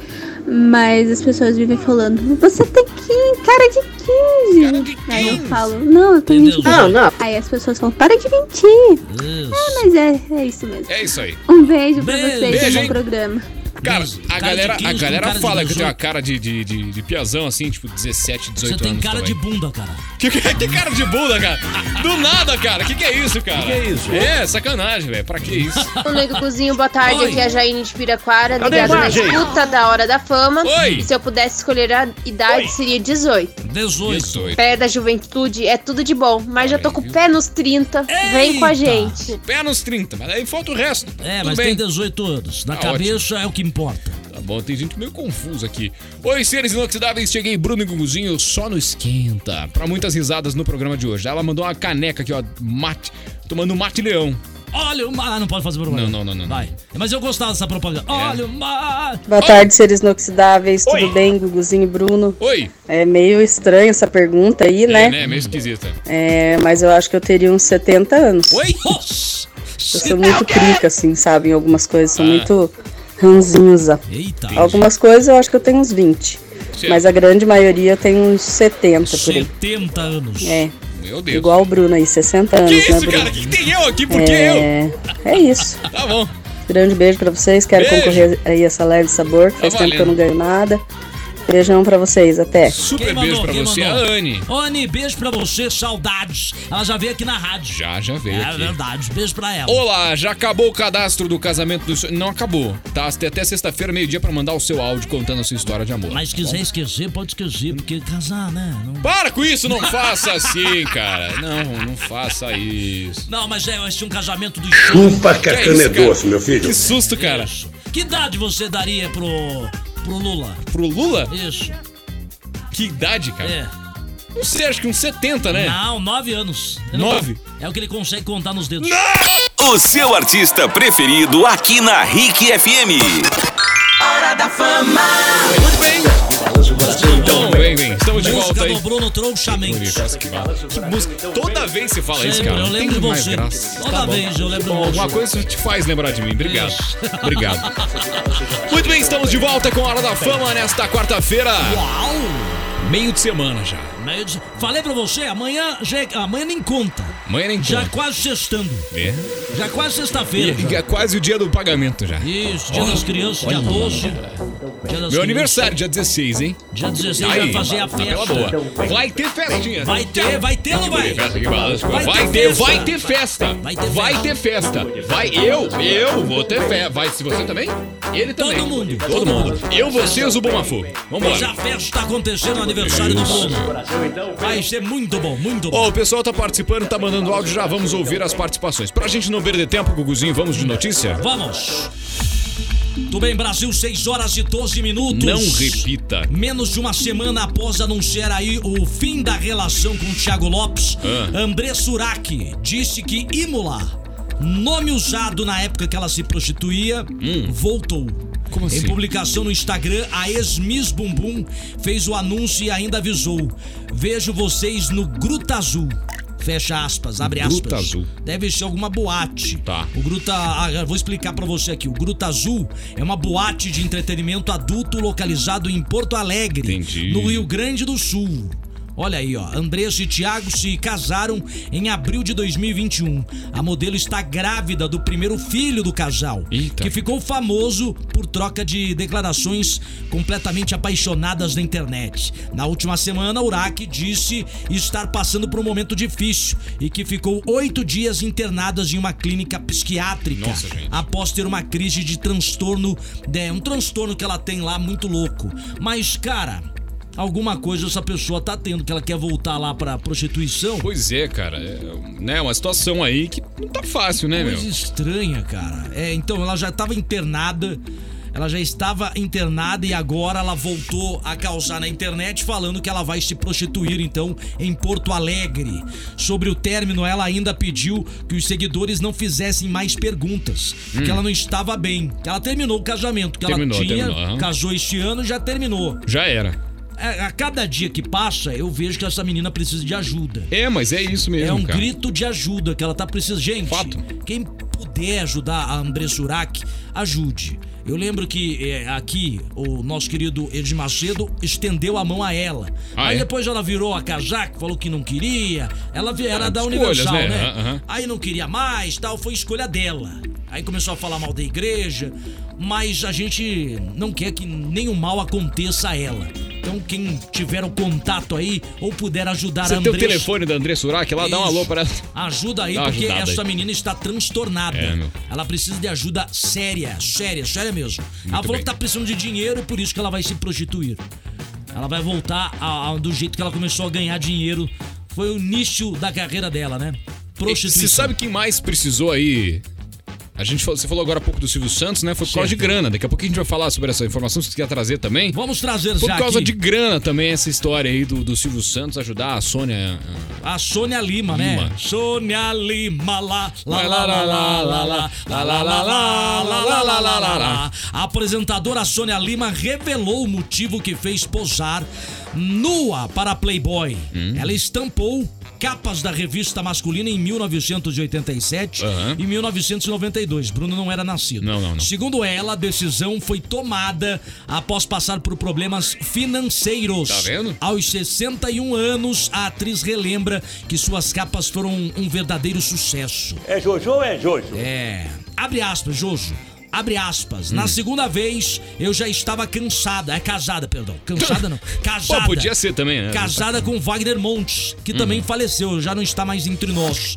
Mas as pessoas vivem falando, você tem que cara de 15. Aí é eu falo, não, eu tenho 20. Não, não. Aí as pessoas falam, para de mentir. É, mas é, é isso mesmo. É isso aí. Um beijo pra Beijo. vocês Beijo, e hein? bom programa. Cara, a de galera, 15 a com galera cara de fala que eu tenho 18. uma cara de, de, de, de piazão, assim, tipo 17, 18 Você anos. tem cara também. de bunda, cara. Que, que, que cara de bunda, cara? Do nada, cara. Que que é isso, cara? Que que é isso? É, sacanagem, velho. Pra que isso? Amigo Cozinho, boa tarde. Oi. Aqui é a Jaine de Piraquara, Cadê ligada a na imagem? escuta da Hora da Fama. Oi. Se eu pudesse escolher a idade, seria 18. 18. Pé da juventude é tudo de bom, mas já tô com o pé nos 30. Vem com a Eita. gente. Pé nos 30, mas aí falta o resto. É, Tudo mas bem. tem 18 anos. Na Tá cabeça é o que importa. Tá bom, tem gente meio confusa aqui. Oi, seres inoxidáveis, cheguei Bruno e Guguzinho só no esquenta. Pra muitas risadas no programa de hoje. Ela mandou uma caneca aqui, ó, mate, tomando mate leão. Olha o mar. Ah, não pode fazer propaganda. Não, não, não, É. não. Vai. Mas eu gostava dessa propaganda. Olha o mar. Boa tarde, seres inoxidáveis. Tudo bem, Guguzinho e Bruno? Oi. É meio estranha essa pergunta aí, É, né? né? Meio esquisita. É, mas eu acho que eu teria uns 70 anos. Oi? Eu sou muito crica, assim, sabe? Em algumas coisas, sou Ah. muito ranzinza. Eita. Algumas coisas eu acho que eu tenho uns 20. Ah, Certo. Mas a grande maioria eu tenho uns 70 por aí. 70 anos. É. Meu Deus. Igual o Bruno aí, 60 anos, Que né, isso, Bruno? cara? Que tem eu aqui? Por que eu? é... é isso. Tá bom. Grande beijo pra vocês. Quero Beijo. Tá concorrer aí essa leve sabor. que Faz tempo que eu não ganho nada. Beijão pra vocês. Até. Super beijo pra você, a Anne. Anne, beijo pra você, saudades. Ela já veio aqui na rádio. Já, já veio É aqui. verdade, beijo pra ela. Olá, já acabou o cadastro do casamento do sonho? Não acabou, tá? Você tem até sexta-feira, meio-dia, pra mandar o seu áudio contando a sua história de amor. Mas se quiser esquecer, pode esquecer, porque casar, né? Não, Para com isso, não faça assim, cara. Não, não faça isso. Não, mas é, esse é um casamento do Chupa que Que a é cana é isso, cara? doce, meu filho. Que susto, cara. Que idade você daria pro, pro Lula? Pro Lula? Isso. Que idade, cara? É. Não sei, acho que uns 70, né? Não, nove anos. Nove? É o que ele consegue contar nos dedos. O seu artista preferido aqui na Rick FM. Hora da fama! Muito bem! Então, vem, vem. Estamos de Música volta do aí. Bruno Trouxamente. Que música. Toda vez você fala É isso, Sempre, cara. eu Não tem lembro de mais você. graça. Tá Toda vez eu lembro de Bom, Alguma você. coisa te faz lembrar de mim. Obrigado. Obrigado. Muito bem, estamos de volta com a Hora da Fama nesta quarta-feira. Uau! Meio de semana já. Meio de- Falei pra você, amanhã, já... é- amanhã nem conta. Amanhã nem Já conta. quase sextando. É. Já quase E- sexta-feira. e já. é quase o dia do pagamento já. Isso, dia Ó, das crianças, dia olha. 12. Dia das Meu crianças. aniversário, dia 16, hein? Dia 16 vai fazer a tabela festa. boa. Vai ter festinha. Vai ter, vai ter, não vai? Festa que balança. Vai Vai ter ter, festa. vai ter festa. Vai ter festa. Vai eu, eu vou ter festa. Vai se você também? Ele também. Todo mundo. Todo mundo. Eu, você e o Zubumafu. Mas a Vambora. festa tá acontecendo no aniversário do Isso. Bruno. Vai ser muito bom, muito bom. Ó, o pessoal tá participando, tá mandando áudio, já vamos ouvir as participações. Pra gente não perder tempo, Guguzinho, vamos de notícia? Vamos! Tudo bem, Brasil, 6 horas e 12 minutos. Não repita. Menos de uma semana após anunciar aí o fim da relação com o Thiago Lopes, Ah. André Surak disse que Imola, nome usado na época que ela se prostituía, voltou. Hum. Como assim? Em publicação no Instagram, a ex-Miss Bumbum fez o anúncio e ainda avisou: Vejo vocês no Gruta Azul. Fecha aspas, abre aspas. Gruta Azul. Deve ser alguma boate. Tá. O Gruta. ah, eu vou explicar pra você aqui. O Gruta Azul é uma boate de entretenimento adulto localizado em Porto Alegre, Entendi. no Rio Grande do Sul. Olha aí, ó. Andressa e Thiago se casaram em abril de 2021. A modelo está grávida do primeiro filho do casal, que ficou famoso por troca de declarações completamente apaixonadas na internet. Na última semana, Uraki disse estar passando por um momento difícil e que ficou oito dias internadas em uma clínica psiquiátrica Nossa, gente. após ter uma crise de transtorno, né, um transtorno que ela tem lá muito louco. Mas, cara, alguma coisa essa pessoa tá tendo, que ela quer voltar lá pra prostituição. Pois é, cara. É, né, uma situação aí que não tá fácil, né, meu? Coisa estranha, cara. É, então, ela já estava internada. Ela já estava internada e agora ela voltou a causar na internet falando que ela vai se prostituir, então, em Porto Alegre. Sobre o término, ela ainda pediu que os seguidores não fizessem mais perguntas, que ela não estava bem, que ela terminou o casamento, que Hum. Terminou, ela tinha, terminou, aham. casou este ano e já terminou. É, Já era. A a cada dia que passa, eu vejo que essa menina precisa de ajuda. É, mas é isso mesmo, É um cara. grito de ajuda que ela tá precisando. Gente, quem puder ajudar a André Surak, ajude. Eu lembro que é, aqui o nosso querido Edir Macedo estendeu a mão a ela. Ah, Aí é? depois ela virou a casaca, falou que não queria. Ela vi- era Ah, da escolhas, Universal, né? né? Aham. Aí não queria mais, tal, foi escolha dela. Aí começou a falar mal da igreja, mas a gente não quer que nenhum mal aconteça a ela. Então quem tiver o contato aí ou puder ajudar Você a tem o Andressa, telefone da André Surak lá? Dá um alô pra ela. ajuda aí Dá uma porque ajudada aí. essa menina está transtornada. É, meu. ela precisa de ajuda séria, séria, séria mesmo. ela falou bem. que tá precisando de dinheiro e por isso que ela vai se prostituir. Ela vai voltar a- a- do jeito que ela começou a ganhar dinheiro. Foi o nicho da carreira dela, né? Prostituição. Você sabe quem mais precisou aí? A gente falou, você falou agora há pouco do Silvio Santos, né? Foi por causa de grana. Daqui a pouco a gente vai falar sobre essa informação, se você quer trazer também. Vamos trazer Por já causa aqui. de grana também, essa história aí do, do Silvio Santos ajudar a Sônia. ah, A Sônia Lima, né? Lima. Sônia Lima, lá, lá, Vai lá, lá, lá, lá, lá, lá, lá, lá, lá, lá, lá, lá, lá, lá. A apresentadora Sônia Lima revelou o motivo que fez posar nua para Playboy. Ela estampou capas da revista masculina em 1987 e 1992. Bruno não era nascido. Não, não, não. Segundo ela, a decisão foi tomada após passar por problemas financeiros. Tá vendo? Aos 61 anos, a atriz relembra que suas capas foram um verdadeiro sucesso. É Jojo ou é Jojo? É. Abre aspas, Jojo. Abre aspas. Hum. Na segunda vez, eu já estava cansada. É casada, perdão. Cansada não. Casada. Pô, podia ser também, né? Uhum. Casada com Wagner Montes, que também faleceu, já não está mais entre nós.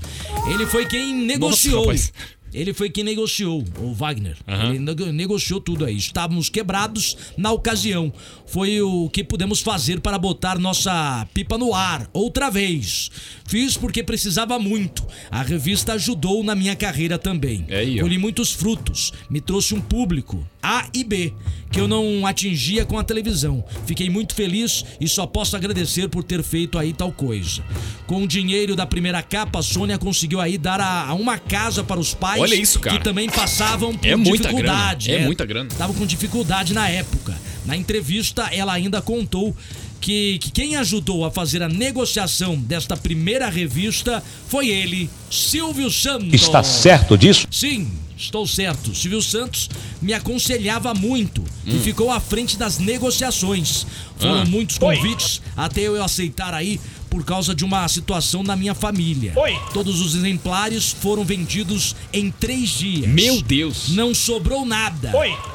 Ele foi quem negociou. rapaz. ele foi quem negociou, o Wagner. Ele nego- negociou tudo aí. Estávamos quebrados na ocasião. Foi o que pudemos fazer para botar nossa pipa no ar, outra vez. Fiz porque precisava muito. A revista ajudou na minha carreira também. É aí, ó. Colhi muitos frutos. Me trouxe um público, A e B, que eu não atingia com a televisão. Fiquei muito feliz e só posso agradecer por ter feito aí tal coisa. Com o dinheiro da primeira capa, a Sônia conseguiu aí dar a, a uma casa para os pais Olha isso, cara. que também passavam por É muita dificuldade. grana, é muita grana. Tava com dificuldade na época. Na entrevista, ela ainda contou que, que quem ajudou a fazer a negociação desta primeira revista foi ele, Silvio Santos. Está certo disso? Sim, estou certo. Silvio Santos me aconselhava muito e ficou à frente das negociações. Foram Hum. Ah. muitos convites até eu aceitar aí por causa de uma situação na minha família. Todos os exemplares foram vendidos em três dias. Meu Deus. Não sobrou nada.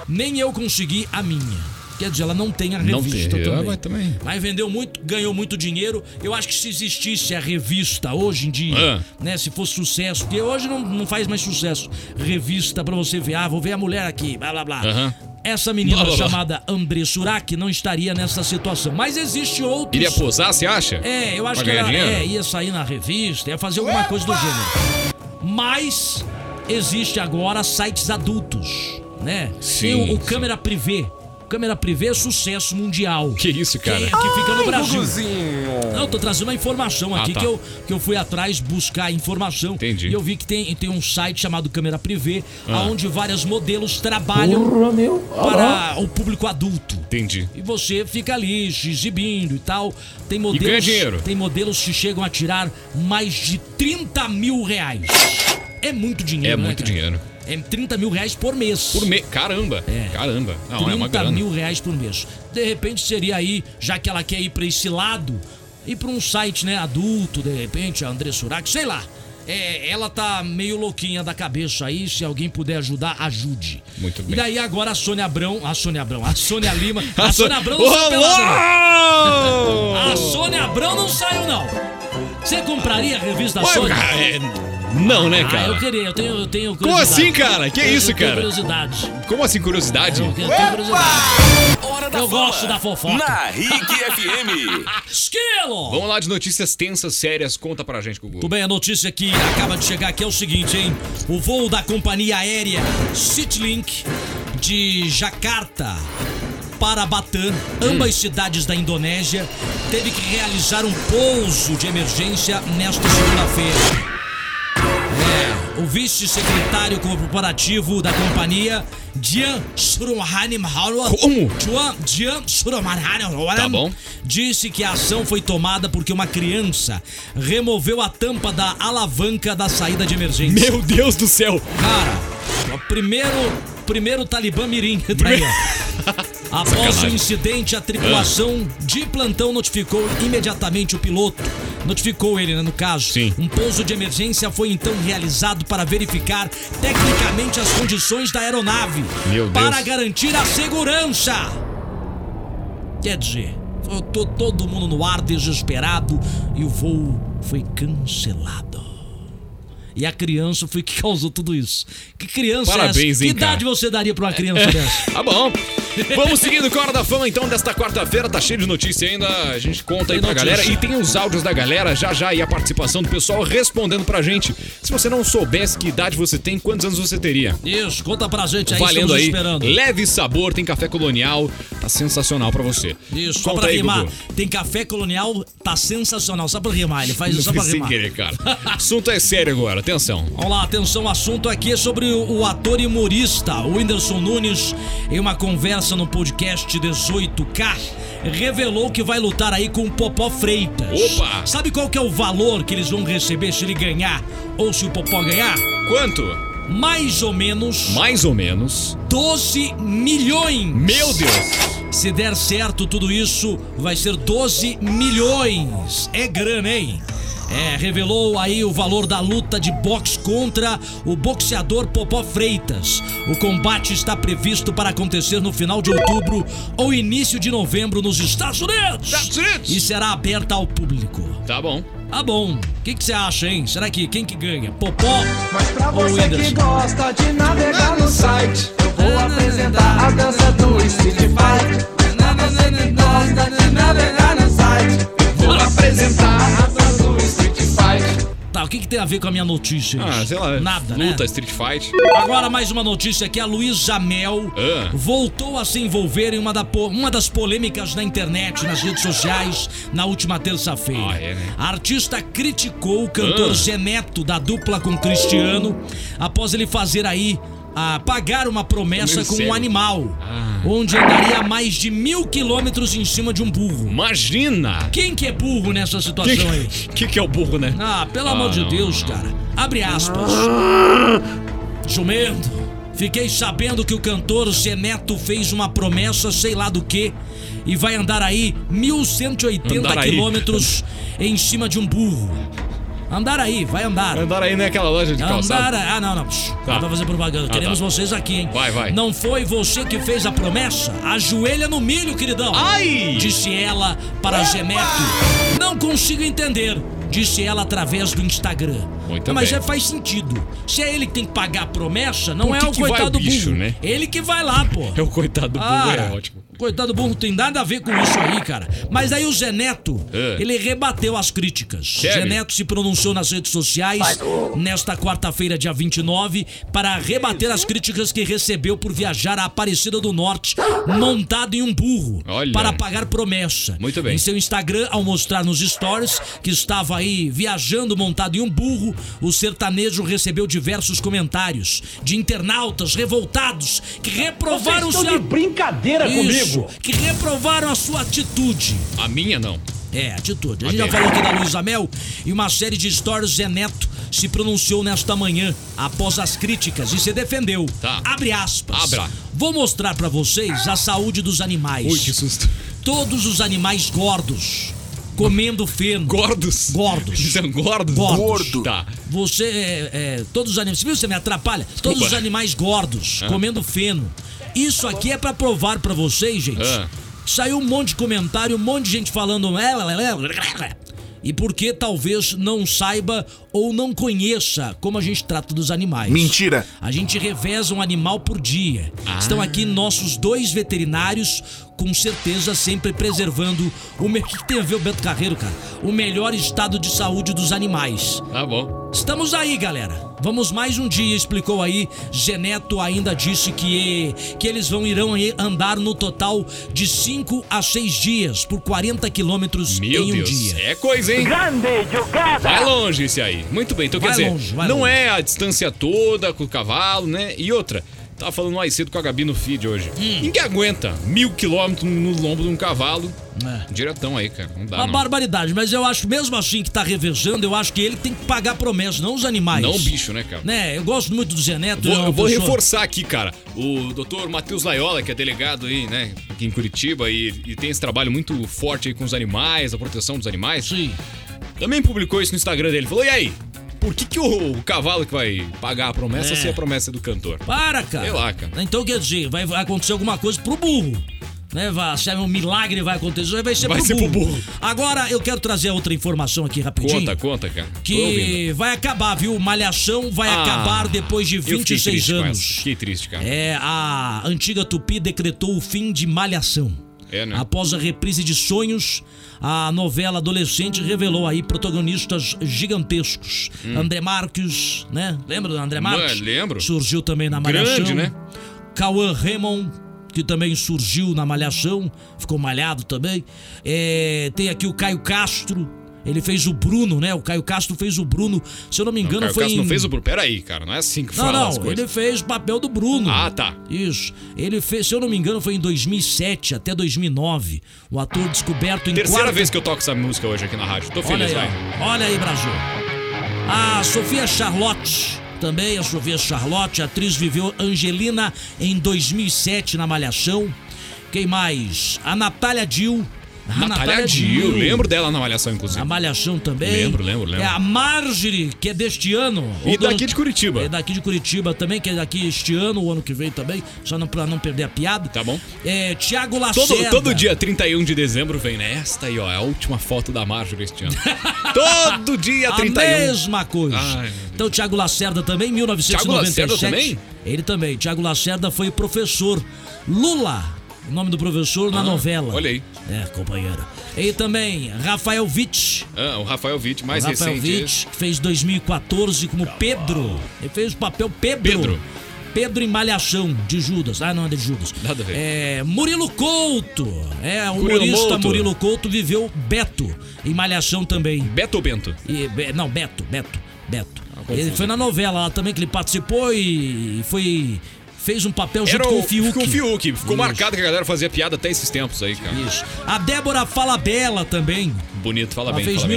Nem eu consegui a minha. Quer dizer, ela não tem a Não revista tem, Ah, também. mas também- Mas vendeu muito, ganhou muito dinheiro. Eu acho que se existisse a revista hoje em dia, Ah. né? Se fosse sucesso, porque hoje não, não faz mais sucesso. Revista pra você ver, ah, vou ver a mulher aqui, blá blá blá. Aham. Essa menina Blá, blá, blá. chamada André Surak não estaria nessa situação. Mas existe outros. Iria posar, você acha? É, eu acho Pra que ganhar ela dinheiro? é, ia sair na revista, ia fazer alguma coisa do gênero. Mas existe agora sites adultos, né? Sim, Tem o, o sim. câmera privê. Câmera privê é sucesso mundial. Que isso, cara? Que, que fica no Brasil. Não, eu tô trazendo uma informação Ah, aqui tá. que, eu, que eu fui atrás buscar informação. Entendi. E eu vi que tem, tem um site chamado Câmera Privê, Ah. onde vários modelos trabalham para o público adulto. Entendi. E você fica ali se exibindo e tal. Tem modelos. ganha dinheiro. Tem modelos que chegam a tirar mais de 30 mil reais. É muito dinheiro, É né, muito cara? dinheiro. É 30 mil reais por mês. Por mês. Caramba. Caramba. Não, é 30 uma grana. mil reais por mês. De repente seria aí, já que ela quer ir pra esse lado, ir pra um site, né, adulto, de repente, a André Surak, sei lá. É, ela tá meio louquinha da cabeça aí, se alguém puder ajudar, ajude. Muito E bem. daí agora a Sônia Abrão, a Sônia Abrão, a Sônia Lima, A a Sô- Sônia Abrão não Ô, saiu pelada, não. louco! A Sônia Abrão não saiu não. Você compraria a revista da Mas, Sônia? cara, é, Não, né, cara? Ah, eu queria, eu tenho, eu tenho Como assim, cara? Que Eu- isso, eu tenho cara? curiosidade. Como assim, curiosidade? É, Eu tenho curiosidade. eu gosto da fofoca. Na RIC FM. Esquilo! Vamos lá de notícias tensas, sérias. Conta pra gente, Gugu. Tudo bem, a notícia que acaba de chegar aqui é o seguinte, hein? O voo da companhia aérea Citylink de Jakarta para Batam, ambas Hum. cidades da Indonésia, teve que realizar um pouso de emergência nesta segunda-feira. É, o vice-secretário corporativo da companhia, Jan Surmahanim Como? Jan Surmahanim Tá bom. disse que a ação foi tomada porque uma criança removeu a tampa da alavanca da saída de emergência. Meu Deus do céu! Cara, é o primeiro, primeiro Talibã Mirim. Tá aí, ó. Após o Sacanagem. incidente, a tripulação de plantão notificou imediatamente o piloto. Notificou ele, né, no caso. Sim. Um pouso de emergência foi então realizado para verificar tecnicamente as condições da aeronave. Meu Deus. Para garantir a segurança. Quer dizer, eu tô todo mundo no ar desesperado e o voo foi cancelado. E a criança foi que causou tudo isso. Que criança é Parabéns, essa? hein, que idade você daria pra uma criança dessa? Tá bom. Vamos seguindo com a Hora da Fama, então, desta quarta-feira. Tá cheio de notícia ainda. A gente conta Tem aí pra notícia. galera. E tem os áudios da galera já já e a participação do pessoal respondendo pra gente. Se você não soubesse que idade você tem, quantos anos você teria? Isso, conta pra gente aí, Valendo estamos aí. esperando. Leve sabor, tem café colonial. Tá sensacional pra você. Isso, só Conta pra aí, rimar. Gugu. Tem café colonial, tá sensacional. Só pra rimar, ele faz isso é só pra Sem rimar. querer, cara. Assunto é sério agora, atenção. Vamos lá, atenção, o assunto aqui é sobre o o ator e humorista o Whindersson Nunes, em uma conversa no podcast 18K, revelou que vai lutar aí com o Popó Freitas. Opa! Sabe qual que é o valor que eles vão receber se ele ganhar ou se o Popó ganhar? Quanto? Mais ou menos Mais ou menos. 12 milhões! Meu Deus! Se der certo tudo isso, vai ser 12 milhões. É grana, hein? É, revelou aí o valor da luta de boxe contra o boxeador Popó Freitas. O combate está previsto para acontecer no final de outubro ou início de novembro nos Estados Unidos. Estados Unidos. E será aberta ao público. Tá bom. Tá bom. O que que você acha, hein? Será que quem que ganha? Popó Pra ou você que Whindersson? gosta de navegar no site, eu vou apresentar a dança do Street Fight. Pra você que gosta de navegar no site, eu vou apresentar a dança do Street Fight. Tá, o que, que tem a ver com a minha notícia? Ah, Luiz? sei lá. Nada, né? Luta, Street Fight. Agora mais uma notícia que a Luísa Mel Ah. voltou a se envolver em uma, da po- uma das polêmicas na internet, nas redes sociais, na última terça-feira. Ah, é, né? A artista criticou o cantor Ah. Zé Neto da dupla com Cristiano após ele fazer aí a pagar uma promessa Meu Ah. com um sério? animal, onde andaria a mais de mil quilômetros em cima de um burro. Imagina! Quem que é burro nessa situação aí? O que, que é o burro, né? Ah, pelo Ah, amor de não, Ah! Deus, não, cara. Abre aspas. Jumento, fiquei sabendo que o cantor Zeneto fez uma promessa, sei lá do que, e vai andar aí 1.180 Andar aí. quilômetros em cima de um burro. Andar aí, vai andar. Andaram aí naquela loja de Andar. calçado. Ah, não, não. Psh, Não vai fazer propaganda. Ah, Queremos tá. vocês aqui, hein? Vai, vai. Não foi você que fez a promessa? Ajoelha no milho, queridão. Ai! Disse ela para Zeneto. Não consigo entender. Disse ela através do Instagram. Muito Mas bem. é, faz sentido. Se é ele que tem que pagar a promessa, não Por é que o que vai coitado o do bicho, burro. né? Ele que vai lá, pô. É o coitado do burro, Ah, é ótimo. Coitado do burro, tem nada a ver com isso aí, cara. Mas aí o Zeneto, É. ele rebateu as críticas. Sério? Zeneto se pronunciou nas redes sociais nesta quarta-feira, dia 29, para rebater as críticas que recebeu por viajar a Aparecida do Norte montado em um burro Olha. para pagar promessa. Muito bem. Em seu Instagram, ao mostrar nos stories que estava aí viajando montado em um burro, o sertanejo recebeu diversos comentários de internautas revoltados que reprovaram Vocês estão de sua- É brincadeira Isso, comigo. Que reprovaram a sua atitude. A minha não. É, atitude. A gente Ok. já falou aqui da Luísa Mel e uma série de stories Zé Neto se pronunciou nesta manhã após as críticas e se defendeu. Tá. Abre aspas. Abra. Vou mostrar pra vocês a saúde dos animais. Ui, que susto. Todos os animais gordos comendo feno. Gordos? Gordos. Eles são gordos? Gordos. Gordo. Tá. Você, é, é, todos os animais, você viu, você me atrapalha? Todos os animais gordos, Ah. comendo feno. Isso aqui é pra provar pra vocês, gente. Ah. Saiu um monte de comentário, um monte de gente falando. "É, é, é, é, é". e porque talvez não saiba ou não conheça como a gente trata dos animais. Mentira. A gente reveza um animal por dia. Ah. Estão aqui nossos dois veterinários, com certeza sempre preservando o me- O que que tem a ver o Beto Carreiro, cara? O melhor estado de saúde dos animais. Tá bom. Estamos aí, galera. Vamos mais um dia, explicou aí. Geneto ainda disse que, que eles vão irão aí andar no total de 5 a 6 dias por 40 quilômetros Meu em um Deus, dia. é coisa, hein? Grande jogada! Vai longe esse aí. Muito bem, então Vai quer dizer, longe, vai não longe. é a distância toda com o cavalo, né? E outra, tava falando mais cedo com a Gabi no feed hoje. Hum. Ninguém aguenta mil quilômetros no lombo de um cavalo. Diretão aí, cara. Não dá, É. Uma não. barbaridade, mas eu acho mesmo assim que tá revezando, eu acho que ele tem que pagar a promessa, não os animais. Não o bicho, né, cara? Né, eu gosto muito do Zeneto. Vou- é uma eu vou pessoa- reforçar aqui, cara. O doutor Matheus Laiola, que é delegado aí, né, aqui em Curitiba, e, e tem esse trabalho muito forte aí com os animais, a proteção dos animais. Sim. Também publicou isso no Instagram dele. Falou, e aí? Por que, que o, o cavalo que vai pagar a promessa É. se é a promessa do cantor? Para, cara. Sei lá, cara. Então quer dizer, vai vai acontecer alguma coisa pro burro. Né, vai, se é um milagre vai acontecer, vai ser, Vai pro, ser pro burro. Agora eu quero trazer outra informação aqui rapidinho. Conta, conta, cara. Tô ouvindo. Que vai acabar, viu? Malhação vai Ah, acabar depois de eu fiquei 26 triste com anos. essa. Fiquei triste, cara. É, a antiga Tupi decretou o fim de Malhação. É, né? Após a reprise de Sonhos, a novela adolescente revelou aí protagonistas gigantescos. André Marques, né? Lembra do André Mano, Marques? Hum. lembro. Surgiu também na Grande, Malhação. né? Cauã Raymond, que também surgiu na Malhação, ficou malhado também. É, tem aqui o Caio Castro. Ele fez o Bruno, né? O Caio Castro fez o Bruno. Se eu não me Não, engano, cara, o foi Cássio não em- fez o... Peraí, cara, não é assim que não, fala as não, coisas. ele fez o papel do Bruno. Ah, tá. Isso. Ele fez, se eu não me engano, foi em 2007 até 2009. O ator descoberto em Terceira quarta... vez que eu toco essa música hoje aqui na rádio. Tô Olha feliz, aí, vai. ó. Olha aí, Brasil. A Sofia Charlotte, também a Sofia Charlotte, a atriz viveu Angelina em 2007 na Malhação. Quem mais? A Natália Dill. A Natália Dill, lembro dela na Malhação, inclusive. A Malhação também. Lembro, lembro, lembro. É a Marjorie, que é deste ano. E Ou do- daqui de Curitiba. É daqui de Curitiba também, que é daqui este ano, o ano que vem também, só não, pra não perder a piada. Tá bom. É, Tiago Lacerda. Todo, todo dia 31 de dezembro vem nesta aí, ó. É a última foto da Marjorie este ano. todo dia A 31. mesma coisa. Ai, então, Tiago Lacerda também, 1997. Tiago Lacerda também? Ele também. Tiago Lacerda foi professor. Lula, o nome do professor na Ah, novela. Olha aí. É, companheira. E também Rafael Witt. Ah, o Rafael Witt, mais O Rafael recente. Witt, que fez 2014 como Pedro. Ele fez o papel Pedro. Pedro. Pedro em Malhação, de Judas. Ah, não, é de Judas. Nada a ver. É, Murilo Couto. É, o Murilo humorista Couto. Murilo Couto viveu Beto em Malhação também. Beto ou Bento? E, Be- não, Beto, Beto, Beto. confuso. ele foi na novela lá também que ele participou e foi... Fez um papel junto Era com o o Fiuk. Ficou o Fiuk. Ficou Isso. marcado que a galera fazia piada até esses tempos aí, cara. Isso. A Débora Falabella também. Bonito, fala Ela bem. fez fala bem.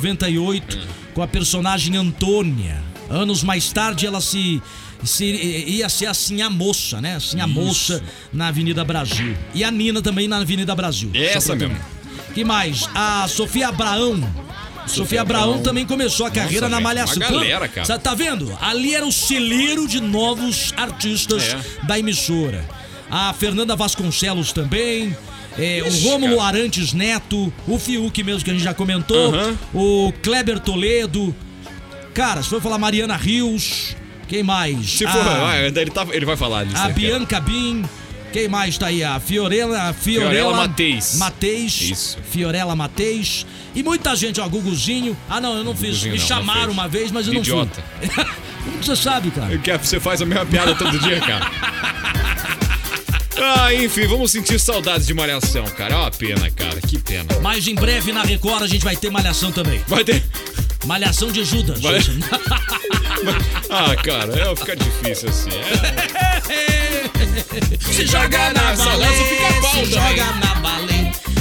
1998 com a personagem Antônia. Anos mais tarde ela se, se- ia ser assim a moça, né? Assim a moça na Avenida Brasil. E a Nina também na Avenida Brasil. É Só essa pra mesmo. terminar. Que mais? A Sofia Abraão. Sofia Abraão, Abraão. também começou a Nossa, carreira na velho, Malhação. uma galera, cara. Sabe, Tá vendo? Ali era o celeiro de novos artistas É. da emissora. A Fernanda Vasconcelos também. é, Ixi, o Rômulo cara. Arantes Neto, o Fiuk mesmo que a gente já comentou, Aham. o Kleber Toledo. Cara, se for falar Mariana Rios, quem mais? Se a, for, vai, ele, tá- ele vai falar disso. Ah. a né, cara? Bianca Bin. Quem mais tá aí? A Fiorella, a Fiorella, Fiorella Mateis. Mateis. Isso. Fiorella Mateis. E muita gente, ó, Guguzinho. Ah, não, eu não fiz. Guguzinho Me não, não chamaram fez. uma vez, mas eu não Idiota. fui. Como você sabe, cara? Eu quero- Você faz a mesma piada todo dia, cara. Ah, enfim, vamos sentir saudades de malhação, cara. É uma pena, cara. Que pena. Mas em breve na Record a gente vai ter malhação também. Vai ter. Malhação de Judas. Vai- Ah, cara, é, fica difícil assim. Se joga na valeta,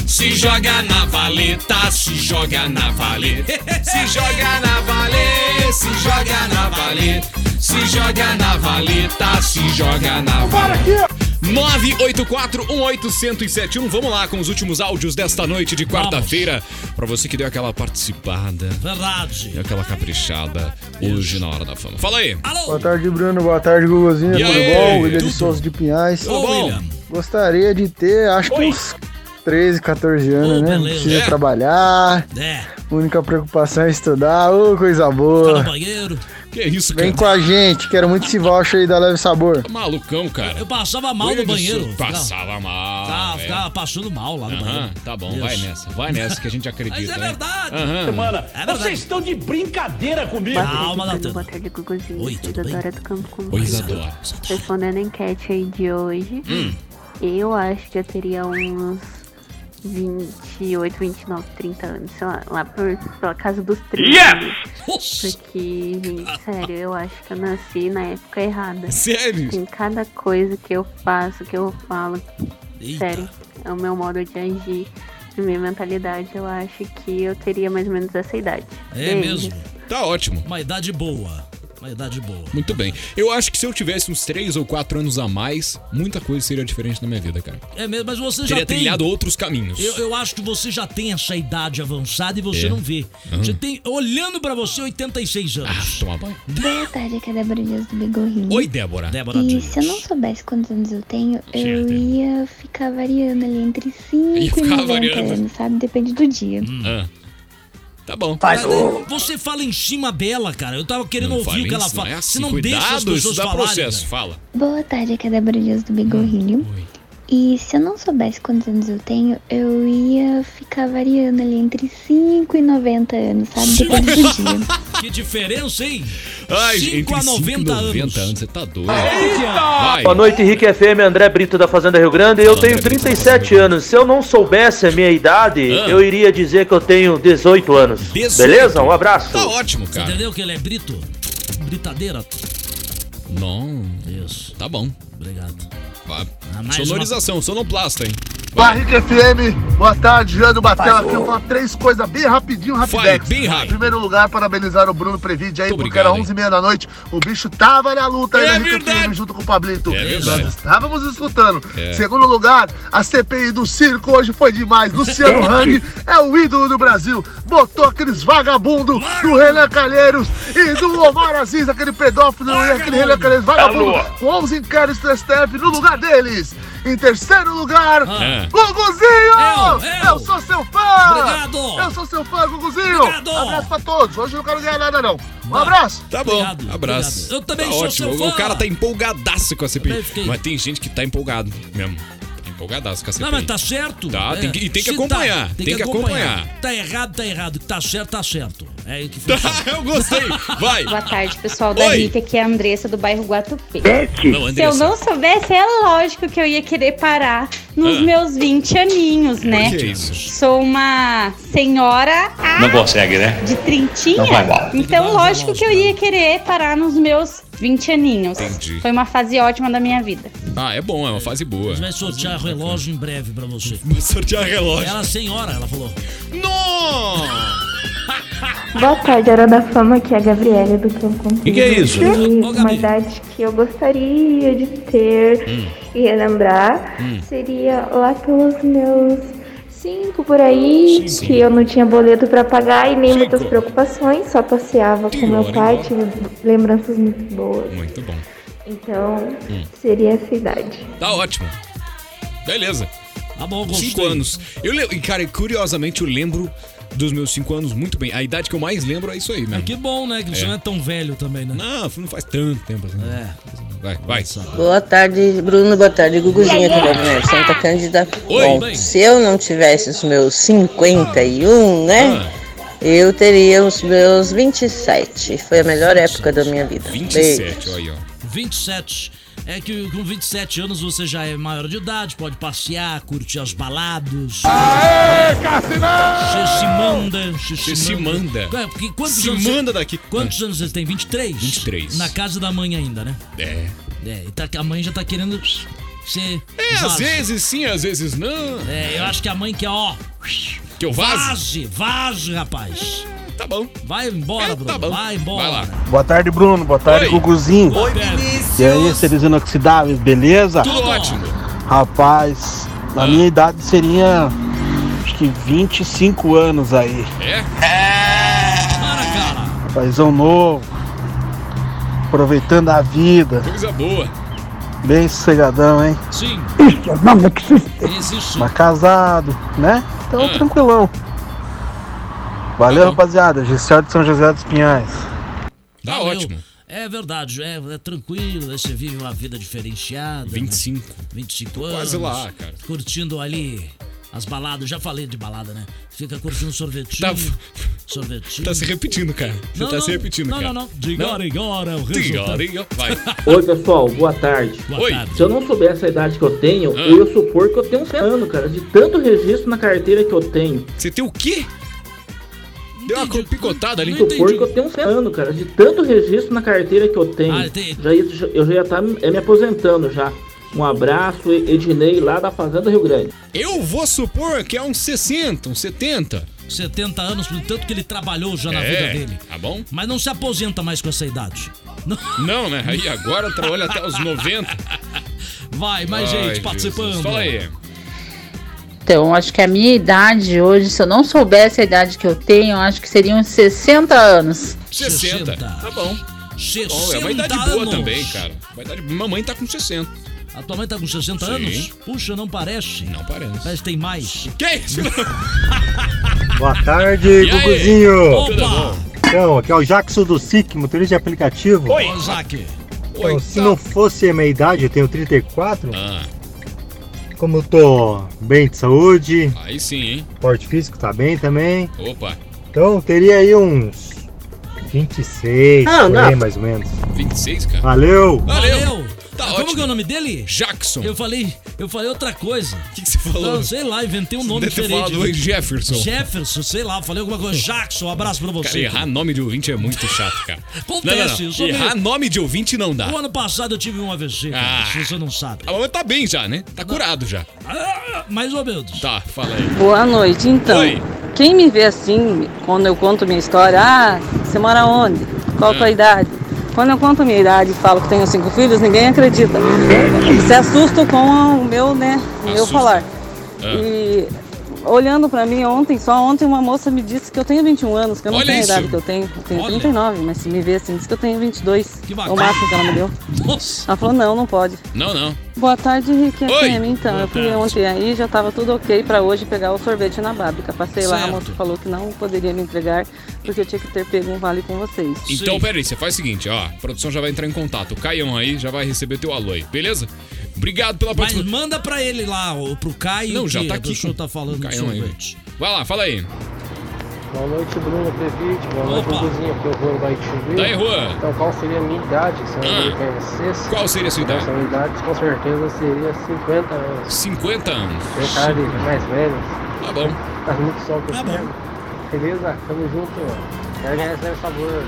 se joga na valeta, se joga na valeta, se joga na valeta, se joga na valeta, se joga na valeta, se joga na valeta, se joga na valeta. 984-181-1071. Vamos lá com os últimos áudios desta noite de quarta-feira. Pra você que deu aquela participada. Verdade. Deu aquela caprichada hoje na hora da fama. Fala aí. Boa tá tarde, Bruno. Boa tarde, Guguzinho. E Tudo aí? bom? William Tudo. de Souza de Pinhais. Tudo bom? William. Gostaria de ter, acho que uns 13, 14 anos, né? Não precisa trabalhar. É. Única preocupação é estudar. Ô, coisa boa. tá no banheiro. Que é isso, Vem cara? com a gente, quero muito esse voucher aí da Leve Sabor. Malucão, cara. Eu passava mal no Wilson banheiro. ficava- Passava mal. Ficava, velho. ficava passando mal lá no Aham, banheiro. Tá bom, Isso. vai nessa. Vai nessa que a gente acredita. Mas é né? verdade. Tá. Aham. Vocês estão de brincadeira comigo. Calma, Natan. Boa tarde, Guguzinho. Oi, tudo bem? Isadora do Campo com Oi, vocês. Isadora. Respondendo a enquete aí de hoje, Hum. eu acho que eu teria uns 28, 29, 30 anos, sei lá, lá por, pela casa dos 30. Yes! Porque, gente, sério, eu acho que eu nasci na época errada. Sério? Em cada coisa que eu faço, que eu falo, Eita. sério, é o meu modo de agir, a minha mentalidade, eu acho que eu teria É mais ou menos essa idade. É Beijos. mesmo. Tá ótimo. Uma idade boa. Uma idade boa. Muito bem. Eu acho que se eu tivesse uns 3 ou 4 anos a mais, muita coisa seria diferente na minha vida, cara. É mesmo, mas você já Teria tem... trilhado outros caminhos. Eu, eu acho que você já tem essa idade avançada e você É. não vê. Aham. Você tem, olhando pra você, 86 anos. Ah, toma banho. Boa tarde, aqui é a Débora Dias do Bigorrinho. Oi, Débora. Débora E Dias. se eu não soubesse quantos anos eu tenho, eu Certo. ia ficar variando ali entre 5 e Ia ficar 90 variando. anos, sabe? Depende do dia. Ah. Tá bom. Mas, Você fala em cima dela, cara. Eu tava querendo Não ouvir fala o que ela isso, fala. não é assim. Você não Cuidado, deixa as isso pessoas dá falarem. processo. cara. Fala. Boa tarde, aqui é a Débora Dias do Hum, Bigorrinho. e se eu não soubesse quantos anos eu tenho, eu ia ficar variando ali entre 5 e 90 anos, sabe? Depende do dia. Que diferença, hein? Ai, 5 entre a 5 e 90 anos. 90 anos, você tá doido. Vai. Tá Boa noite, Henrique FM, André Brito da Fazenda Rio Grande. Eu tenho 37 anos. Se eu não soubesse a minha idade, eu iria dizer que eu tenho 18 anos. 18. Beleza? Um abraço. Tá ótimo, Você entendeu que ele é brito? Britadeira. Não. Isso. Tá bom. Obrigado. Vá. Ah, mais Sonorização, sonoplasta, hein? Barriga FM, boa tarde, Jânio Batal. Aqui eu falo três coisas bem rapidinho, rapidex. bem rápido. Em primeiro lugar, parabenizar o Bruno Previde aí, porque era 11h30 da noite. O bicho tava na luta aí É na Rica FM junto com o Pablito. É verdade. Nós estávamos escutando. É. Segundo lugar, a CPI do circo hoje foi demais. Luciano Hang é o ídolo do Brasil. Botou aqueles vagabundos do Renan Calheiros e do Omar Aziz, aquele pedófilo e é aquele Renan Calheiros vagabundo. Alô. Com 11 inquéritos do STF no lugar deles. Em terceiro lugar, É. Ah. É, Guguzinho! Eu, sou seu fã! Obrigado! Eu sou seu fã, Guguzinho! Abraço pra todos! Hoje eu não quero ganhar nada, não. Um abraço! Tá bom, abraço. obrigado. Eu também tá sou ótimo. seu O- fã. O cara tá empolgadaço com a CPI. Também fiquei. Mas tem gente que tá empolgado mesmo. Tá empolgadaço com a CPI. Não, mas tá certo. Tá, É. tem que- e tem que Se acompanhar. tá- tem, que acompanhar. Então Tá errado, tá errado. Que tá certo, tá certo. É aí que funciona. eu gostei. Vai. Boa tarde, pessoal da Oi. Rica, aqui é a Andressa do bairro Guatupê. Não, Se eu Andressa. não soubesse, é lógico que eu ia querer parar nos Ah. meus 20 aninhos, né? que isso? Sou uma senhora Não consegue, né? de trintinha, Não é? vai mal. então lógico que eu ia querer parar nos meus 20 aninhos. Entendi. Foi uma fase ótima da minha vida. Ah, é bom, é uma fase boa. A gente vai sortear relógio em breve pra você. Vai sortear relógio. Ela é senhora, ela falou. É. Não! Boa tarde, Hora da Fama, aqui é a Gabriela do Campo Comprido. Que que é isso? E uma idade que eu gostaria de ter Hum. e relembrar Hum. seria lá pelos meus cinco por aí, que eu não tinha boleto pra pagar e nem muitas preocupações, só passeava com meu pai, tive lembranças muito boas. Muito bom. Então, Hum. seria essa idade. Tá ótimo. Beleza. é- Tá bom, gostei. Cinco anos. Eu lembro, e, cara, curiosamente eu lembro dos meus cinco anos muito bem. A idade que eu mais lembro é isso aí mesmo. Que bom, né? Que você É. não é tão velho também, né? Não, não faz tanto tempo assim. É. Vai, vai. Boa tarde, Bruno. Boa tarde, Guguzinha, aqui da Dona Santa Cândida. Oi, Bom, mãe. se eu não tivesse os meus 51, né? Eu teria os meus 27. Foi a melhor época da minha vida. 27, olha aí, ó. 27. É que com 27 anos você já é maior de idade, pode passear, curtir as baladas. Aê, Cassinão! Você se manda, você se, Você se manda. manda. É, porque quantos Se anos manda você... daqui. Quantos anos você tem? 23? 23. Na casa da mãe ainda, né? É. É, e tá, a mãe já tá querendo ser... É, às vezes sim, às vezes não. É, eu acho que a mãe quer, ó... Que eu vaze? Vaze, vaze, rapaz. Tá bom. Tá Vai embora, Bruno. Vai embora. Vai lá. Boa tarde, Bruno. Boa tarde, Oi. Guguzinho. Oi, Vinícius. E aí, seres inoxidáveis, beleza? Tudo ótimo. Rapaz, Ah. na minha idade seria acho que 25 anos aí. É? Rapazão novo, aproveitando a vida. Coisa boa. Bem sossegadão, hein? Sim. Isso, não, mas é que se- Existe. Mas é casado, né? Então, Ah. tranquilão. Valeu, rapaziada. Gessar de São José dos Pinhais. Tá ótimo. É verdade, é, é tranquilo, né? você vive uma vida diferenciada. 25. Né? 25 anos. quase lá, cara. Curtindo ali as baladas, já falei de balada, né? Fica curtindo sorvetinho. Sorvetinho. Tá se repetindo, cara. Você Não, tá não, se repetindo, não, cara. não, não. De hora em hora, o De resultado. hora em hora. Vai. Oi, pessoal, boa tarde. Boa tarde. Se eu não soubesse a idade que eu tenho, eu ia supor que eu tenho 100 anos, cara, de tanto registro na carteira que eu tenho. Você tem o quê? Deu uma picotada ali. então. Eu ia supor que eu tenho 100 anos, cara, de tanto registro na carteira que eu tenho. Já ia, já- eu já ia estar me aposentando já. Um abraço, Ednei, lá da Fazenda Rio Grande. Eu vou supor que é um 60, um 70. 70 anos, pelo tanto que ele trabalhou já na É, vida dele. Tá bom? Mas não se aposenta mais com essa idade. Não, né? Aí agora trabalha até os 90. Vai, mais Ai, gente Jesus. participando. Fala aí. Então, acho que a minha idade hoje, se eu não soubesse a idade que eu tenho, acho que seriam uns 60 anos. 60. Tá bom. Bom, é uma 60 idade boa anos. também, cara. Uma idade... Mamãe tá com 60. A tua mãe tá com 60 Sim. anos? Puxa, não parece. Não parece. Mas tem mais. Que isso? Boa tarde, Guguzinho. Tudo bom? Então, aqui é o Jackson do SIC, motorista de aplicativo. Ô, Zaque. Então, se não fosse a minha idade, eu tenho 34. Como eu tô bem de saúde, Aí sim, hein? porte físico tá bem também. Opa. Então, eu teria aí uns 26, Ah, por não. aí, mais ou menos. 26, cara. Valeu! Valeu. Tá Como que é o nome dele? Jackson. Eu falei, eu falei outra coisa. O que, você falou? Não, sei lá, inventei um Você nome deve ter diferente. falado em Jefferson. Jefferson, sei lá, falei alguma coisa. Jackson, um abraço pra você. Cara, errar nome de ouvinte é muito chato, cara. Acontece, não, eu não, sou não. Errar meio- nome de ouvinte não dá. O ano passado eu tive um AVC, cara, Ah. se você não sabe. Ah, mas tá bem já, né? Tá curado já. Ah, mais ou menos. Tá, fala aí. Boa noite, então. Oi. Quem me vê assim, quando eu conto minha história, ah, você mora onde? Qual É. a tua Ah. idade? Quando eu conto minha idade e falo que tenho cinco filhos, ninguém acredita. Se assustam com o meu, né, o meu Assusta. falar. Ah. E olhando pra mim ontem, só ontem uma moça me disse que eu tenho 21 anos, que eu não Olha tenho isso. a idade que eu tenho. Eu tenho 39, mas se me vê assim, diz que eu tenho 22. Que o máximo que ela me deu. Ela falou, não, não pode. Não, não. Boa tarde, Rick. Oi. FM. Então, eu fui ontem aí, já tava tudo ok pra hoje pegar o sorvete na fábrica. Passei lá, a Certo. moça falou que não poderia me entregar, porque eu tinha que ter pego um vale com vocês. Então, peraí, você faz o seguinte, ó. A produção já vai entrar em contato. O Caião aí já vai receber teu alô aí, beleza? Obrigado pela Mas participação. manda pra ele lá, ou pro Caio, Não, já que tá a aqui pessoa com tá falando do Caião aí. sorvete. Vai lá, fala aí. Boa noite, Bruno Previte. Boa noite, Opa. Guguzinho. Aqui é o Juan Baitivi. Daí, Ah. Juan. Então, qual seria a minha idade? Se eu não me conhecesse? Qual seria a sua idade? Essa minha idade, com certeza, seria 50 anos. 50 anos. Detalhe, mais velhos. Tá bom. Faz muito sol Tá que eu pego. Beleza? Tamo junto, ó. Quero agradecer o sabor.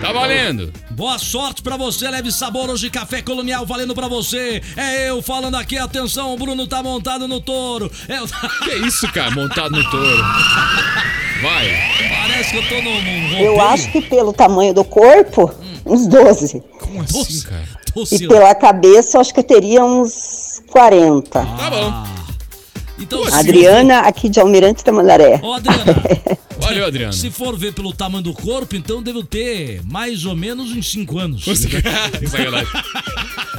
Tá valendo. Boa sorte pra você, leve sabor hoje, café colonial valendo pra você. É eu falando aqui, atenção, o Bruno tá montado no touro. É, o- Que isso, cara, montado no touro. Vai. parece que eu tô num, num Eu acho que pelo tamanho do corpo, uns 12. Como assim, cara? E pela cabeça, eu acho que eu teria uns 40. Tá bom. Então, Adriana, aqui de Almirante tá Tamandaré. Ó, Adriana. Olha, Adriano. Se for ver pelo tamanho do corpo, então devo ter mais ou menos uns 5 anos. Sacanagem.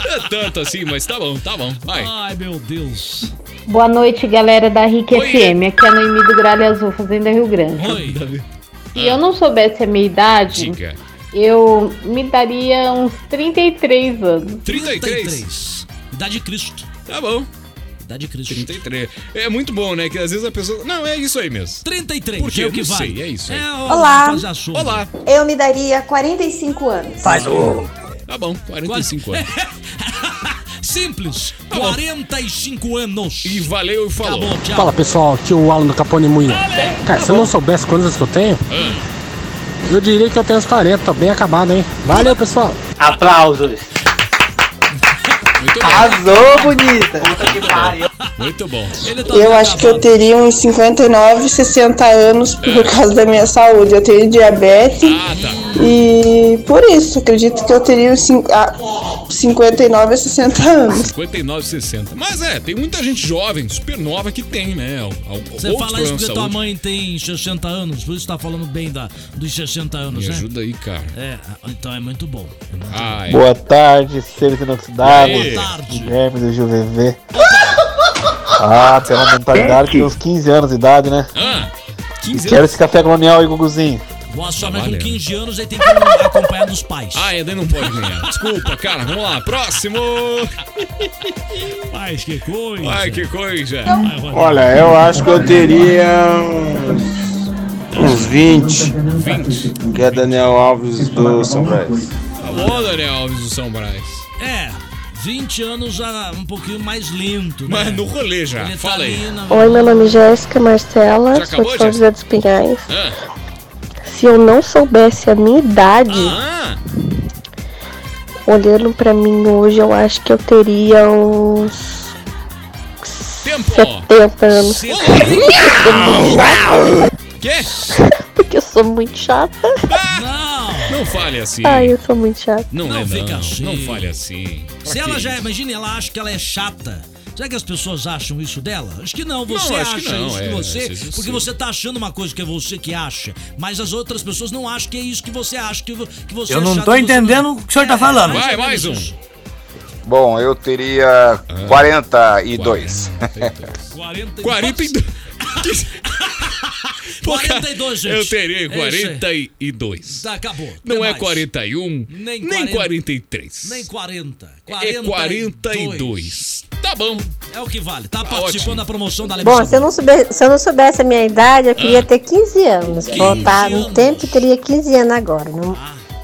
É tanto assim, mas tá bom, tá bom. Vai. Ai, meu Deus. Boa noite, galera da RIC FM. Aqui é a Noemi do Gralha Azul, Fazenda Rio Grande. Se eu não soubesse a minha idade, Diga. eu me daria uns 33 anos. 33. Idade de Cristo. Tá bom. Idade de Cristo. 33. É muito bom, né? Que às vezes a pessoa. Não, é isso aí mesmo. 33. Por quê? é o Eu que não vale. sei, é isso aí. É, ó, Olá. faz a sua. Eu me daria 45 anos. Tá bom, 45 anos. Simples. 45 anos. E valeu Tá e falou. Acabou, Tá tchau. Fala pessoal, aqui é o Alan do Capone Munha. Cara, se eu não soubesse quantas que eu tenho, eu diria que eu tenho uns 40, tô bem acabado, hein? Valeu pessoal! Aplausos. Muito Arrasou, bonita. Puta que pariu. Muito bom. tá eu acho que eu teria uns 59, 60 anos por causa da minha saúde. Eu tenho diabetes. Ah, tá. E por isso, acredito que eu teria uns cin- ah, 59 a 60 anos. 59, 60. Mas é, tem muita gente jovem, super nova que tem, né? Al- al- Você outros fala isso problemas de porque tua saúde. mãe tem 60 anos, por isso tá falando bem da, dos 60 anos, Me né? ajuda aí, cara. É, então é muito bom. Ai. Boa tarde, seres inoxidáveis. Boa tarde. É. Guilherme do GVV. Ah, tem uma mentalidade que tem uns 15 anos de idade, né? Ah, 15 Quero anos. esse café colonial aí, Guguzinho. Boa sorte, mas com Trabalha. 15 anos aí tem que acompanhar dos pais. Ah, ainda não pode ganhar. Desculpa, cara. Vamos lá. Próximo. Mas que coisa. Ai, que coisa. Olha, eu acho que eu teria uns, uns 20. 20. Que é Daniel Alves do São Brás. Tá bom, Daniel Alves do São Brás. É, 20 anos já um pouquinho mais lento, né? Mas no rolê já. Ele tá Fala aí. ali na- Oi, meu nome é Jéssica Marcela, Já sou acabou, de São José dos Pinhais. Ah, Se eu não soubesse a minha idade, Ah, olhando pra mim hoje, eu acho que eu teria uns 70 anos. Quê? Porque eu sou muito chata. não fale assim. Ai, eu sou muito chata. Não, é, fica não. assim. Não fale assim. Pra Se ela quê? já, imagina, ela acha que ela é chata. Será que as pessoas acham isso dela? Acho que não, você Não, acho que acha não, isso é, de você, às vezes porque sim. você tá achando uma coisa que é você que acha, mas as outras pessoas não acham que é isso que você acha, que, vo- que você Eu é não chato, tô você- É, entendendo o que o senhor tá falando. Vai, mais um. Bom, eu teria 42. 42. Pô, cara, 42, gente. Eu É terei isso aí. 42. Tá, acabou. Não é mais. 41, nem, Nem 40. 43. Nem 40. É 42. Tá bom. É o que vale. Tá, participando da promoção da Bom, Lembrando. se eu, não soubesse, se eu não soubesse a minha idade, eu queria ter 15 anos. 15 Voltar no tempo, eu teria 15 anos agora. Não-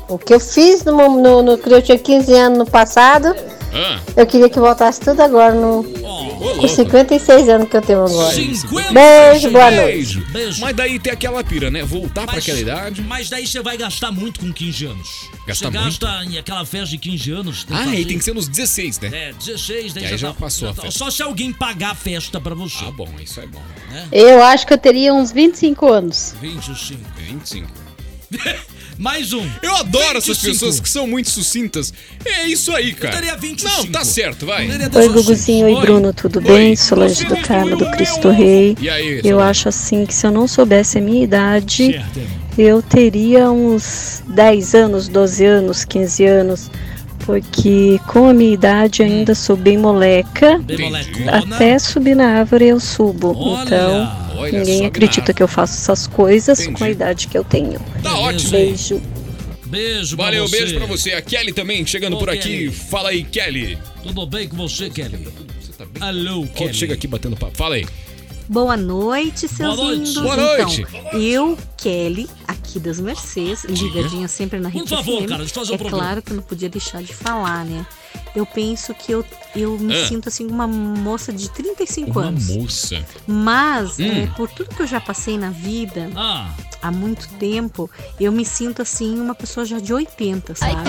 O que eu fiz no, mo- no, no que eu tinha 15 anos no passado, Ah. eu queria que voltasse tudo agora no, com 56 anos que eu tenho agora. 50, Beijo, boa noite. Beijo. Mas daí tem aquela pira, né? Voltar pra aquela idade. Mas daí você vai gastar muito com 15 anos. Gastar você muito? gasta em aquela festa de 15 anos. Ah, fazer- aí tem que ser nos 16, né? É, 16, daí Que aí já tá- passou a tá- festa. Só se alguém pagar a festa pra você. Ah, bom, isso é bom. Eu acho que eu teria uns 25 anos. 25. 25. Mais um. Eu adoro essas 25. pessoas que são muito sucintas. É isso aí, cara. Eu teria 25. Não, tá certo, vai. Oi, Guguzinho, oi, Bruno, tudo bem? Solange do Carmo, do Cristo Rei. E aí, eu Solange? acho assim que se eu não soubesse a minha idade, eu teria uns 10 anos, 12 anos, 15 anos. Porque com a minha idade ainda sou bem moleca. Até subir na árvore eu subo. então, olha, né? sobe ninguém na acredita que eu faço essas coisas com a idade que eu tenho. Tá ótimo. Beijo. Beijo, pra Valeu, você. beijo pra você. A Kelly também chegando Ô, por Kelly. aqui. Fala aí, Kelly. Tudo bem com você, Kelly? Alô, Kelly. tá Chega aqui batendo papo. Fala aí. Boa noite, Boa seus noite. lindos. Boa noite. Então, eu, Kelly, aqui das Mercês, ligadinha sempre na Por Rede favor, FM. cara, deixa eu fazer um É programa. claro que eu não podia deixar de falar, né? Eu penso que eu, eu me Ah. sinto assim uma moça de 35 Uma anos. moça. Mas, Hum. é, por tudo que eu já passei na vida, Ah, há muito tempo, eu me sinto assim, uma pessoa já de 80, sabe?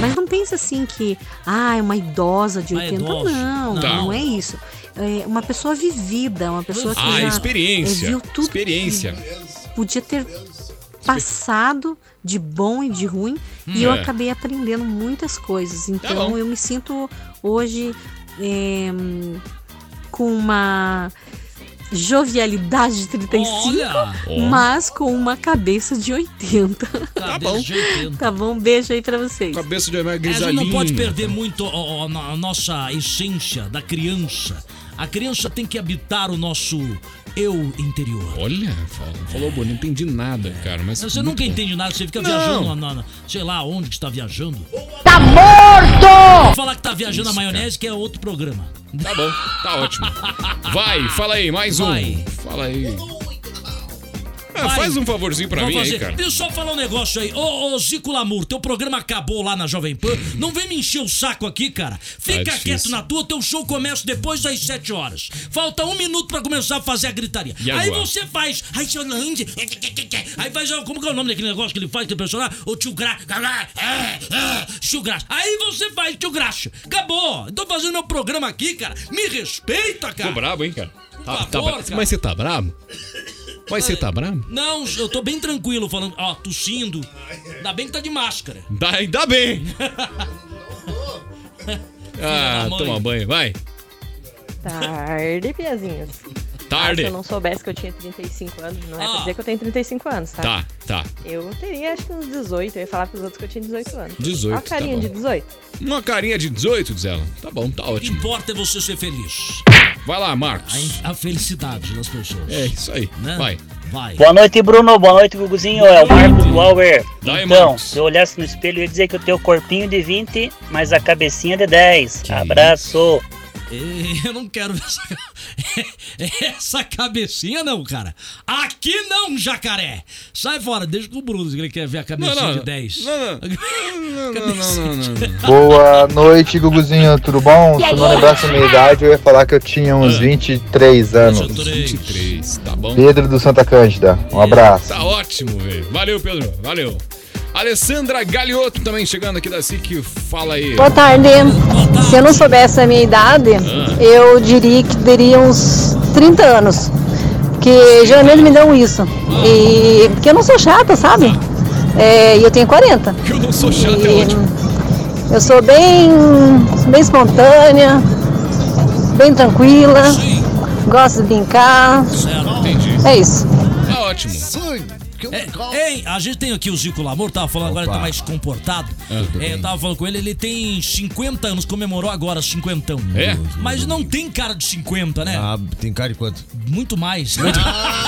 Mas não pensa assim que, ah, é uma idosa de Uma 80. idosa. Não, Tá. não é isso. É uma pessoa vivida, uma pessoa que Ah, assim, já, é, experiência. viu tudo experiência. podia ter passado de bom e de ruim e eu É. Tá acabei aprendendo muitas coisas. Então bom. eu me sinto hoje é, com uma jovialidade de 35, Olha! Ó. mas com uma cabeça de 80. Tá bom. tá bom, um beijo aí pra vocês. Cabeça de É, A gente grisalhinha. não pode perder muito ó, ó, na- a nossa essência da criança. A criança tem que habitar o nosso eu interior. Olha, falou, falou bonito. Não entendi nada, cara. Mas Você muito nunca bom. entende nada, você fica Não. viajando, na, na- na- sei lá onde que está viajando. Tá morto! Vou falar que tá viajando Isso, a maionese, que é outro programa. Tá bom, tá ótimo. Vai, fala aí, mais um. Fala aí. Ah, faz um favorzinho pra Vou mim aí, fazer. cara. Deixa eu só falar um negócio aí. Ô, ô, Zico Lamour, teu programa acabou lá na Jovem Pan. Não vem me encher o saco aqui, cara. Fica Tá difícil. quieto na tua, teu show começa depois das 7 horas. Falta um minuto pra começar a fazer a gritaria. E aí agora? você faz. Aí você Lande. Aí faz. ó, Como que é o nome daquele negócio que ele faz, que o pessoal lá? O tio Gra. é, é, Tio Graxa. Aí você faz tio Graxa. Acabou. Eu tô fazendo meu programa aqui, cara. Me respeita, cara. Ficou brabo, hein, cara? Tá- Por tá favor, bra- cara. Mas você tá brabo? Mas você tá brabo? Não, eu tô bem tranquilo falando. Ó, tossindo. Ainda bem que tá de máscara. Dá- Ainda bem. da Ah, mãe. toma banho, vai. Tarde, piazinhos. Tarde. Ah, se eu não soubesse que eu tinha 35 anos, não é Ah. pra dizer que eu tenho 35 anos, tá? Tá, tá. Eu teria, acho que uns 18. Eu ia falar pros outros que eu tinha 18 anos. 18, Ó a carinha tá bom. de 18. Uma carinha de 18, diz ela. Tá bom, tá O que ótimo. importa é você ser feliz. Vai lá, Marcos. A, felicidade das pessoas. Né? É isso aí. Vai. Vai. Boa noite, Bruno. Boa noite, Guguzinho. É o Marco Glauber. Daí, Então, se eu olhasse no espelho, eu ia dizer que eu tenho o corpinho de 20, mas a cabecinha de 10. Abraço. Ei, Eu não quero ver essa, essa cabecinha, não, cara. Aqui não, jacaré. Sai fora, deixa com o Bruno, que ele quer ver a cabecinha Não, não, de 10. Não, não, não. Boa noite, Guguzinho, tudo bom? E Se aí? não lembrasse a minha idade, eu ia falar que eu tinha uns 23 anos. 23, tá bom. Pedro do Santa Cândida, um abraço. Tá ótimo, velho. Valeu, Pedro. Valeu. Alessandra Galioto também chegando aqui da SIC. Fala aí. Boa tarde. Se eu não soubesse a minha idade, Ah. eu diria que teria uns 30 anos. Que geralmente me dão isso. E porque eu não sou chata, sabe? É, E eu tenho 40. Eu não sou chata, é ótimo. Eu sou bem, bem espontânea, bem tranquila, gosto de brincar. Entendi. É isso. Tá ótimo. É, ei, a gente tem aqui o Zico Lamor, tava falando agora, ele tá mais comportado. É, eu tava falando com ele, ele tem 50 anos, comemorou agora 50. É? Mas não tem cara de 50, né? Ah, tem cara de quanto? Muito mais.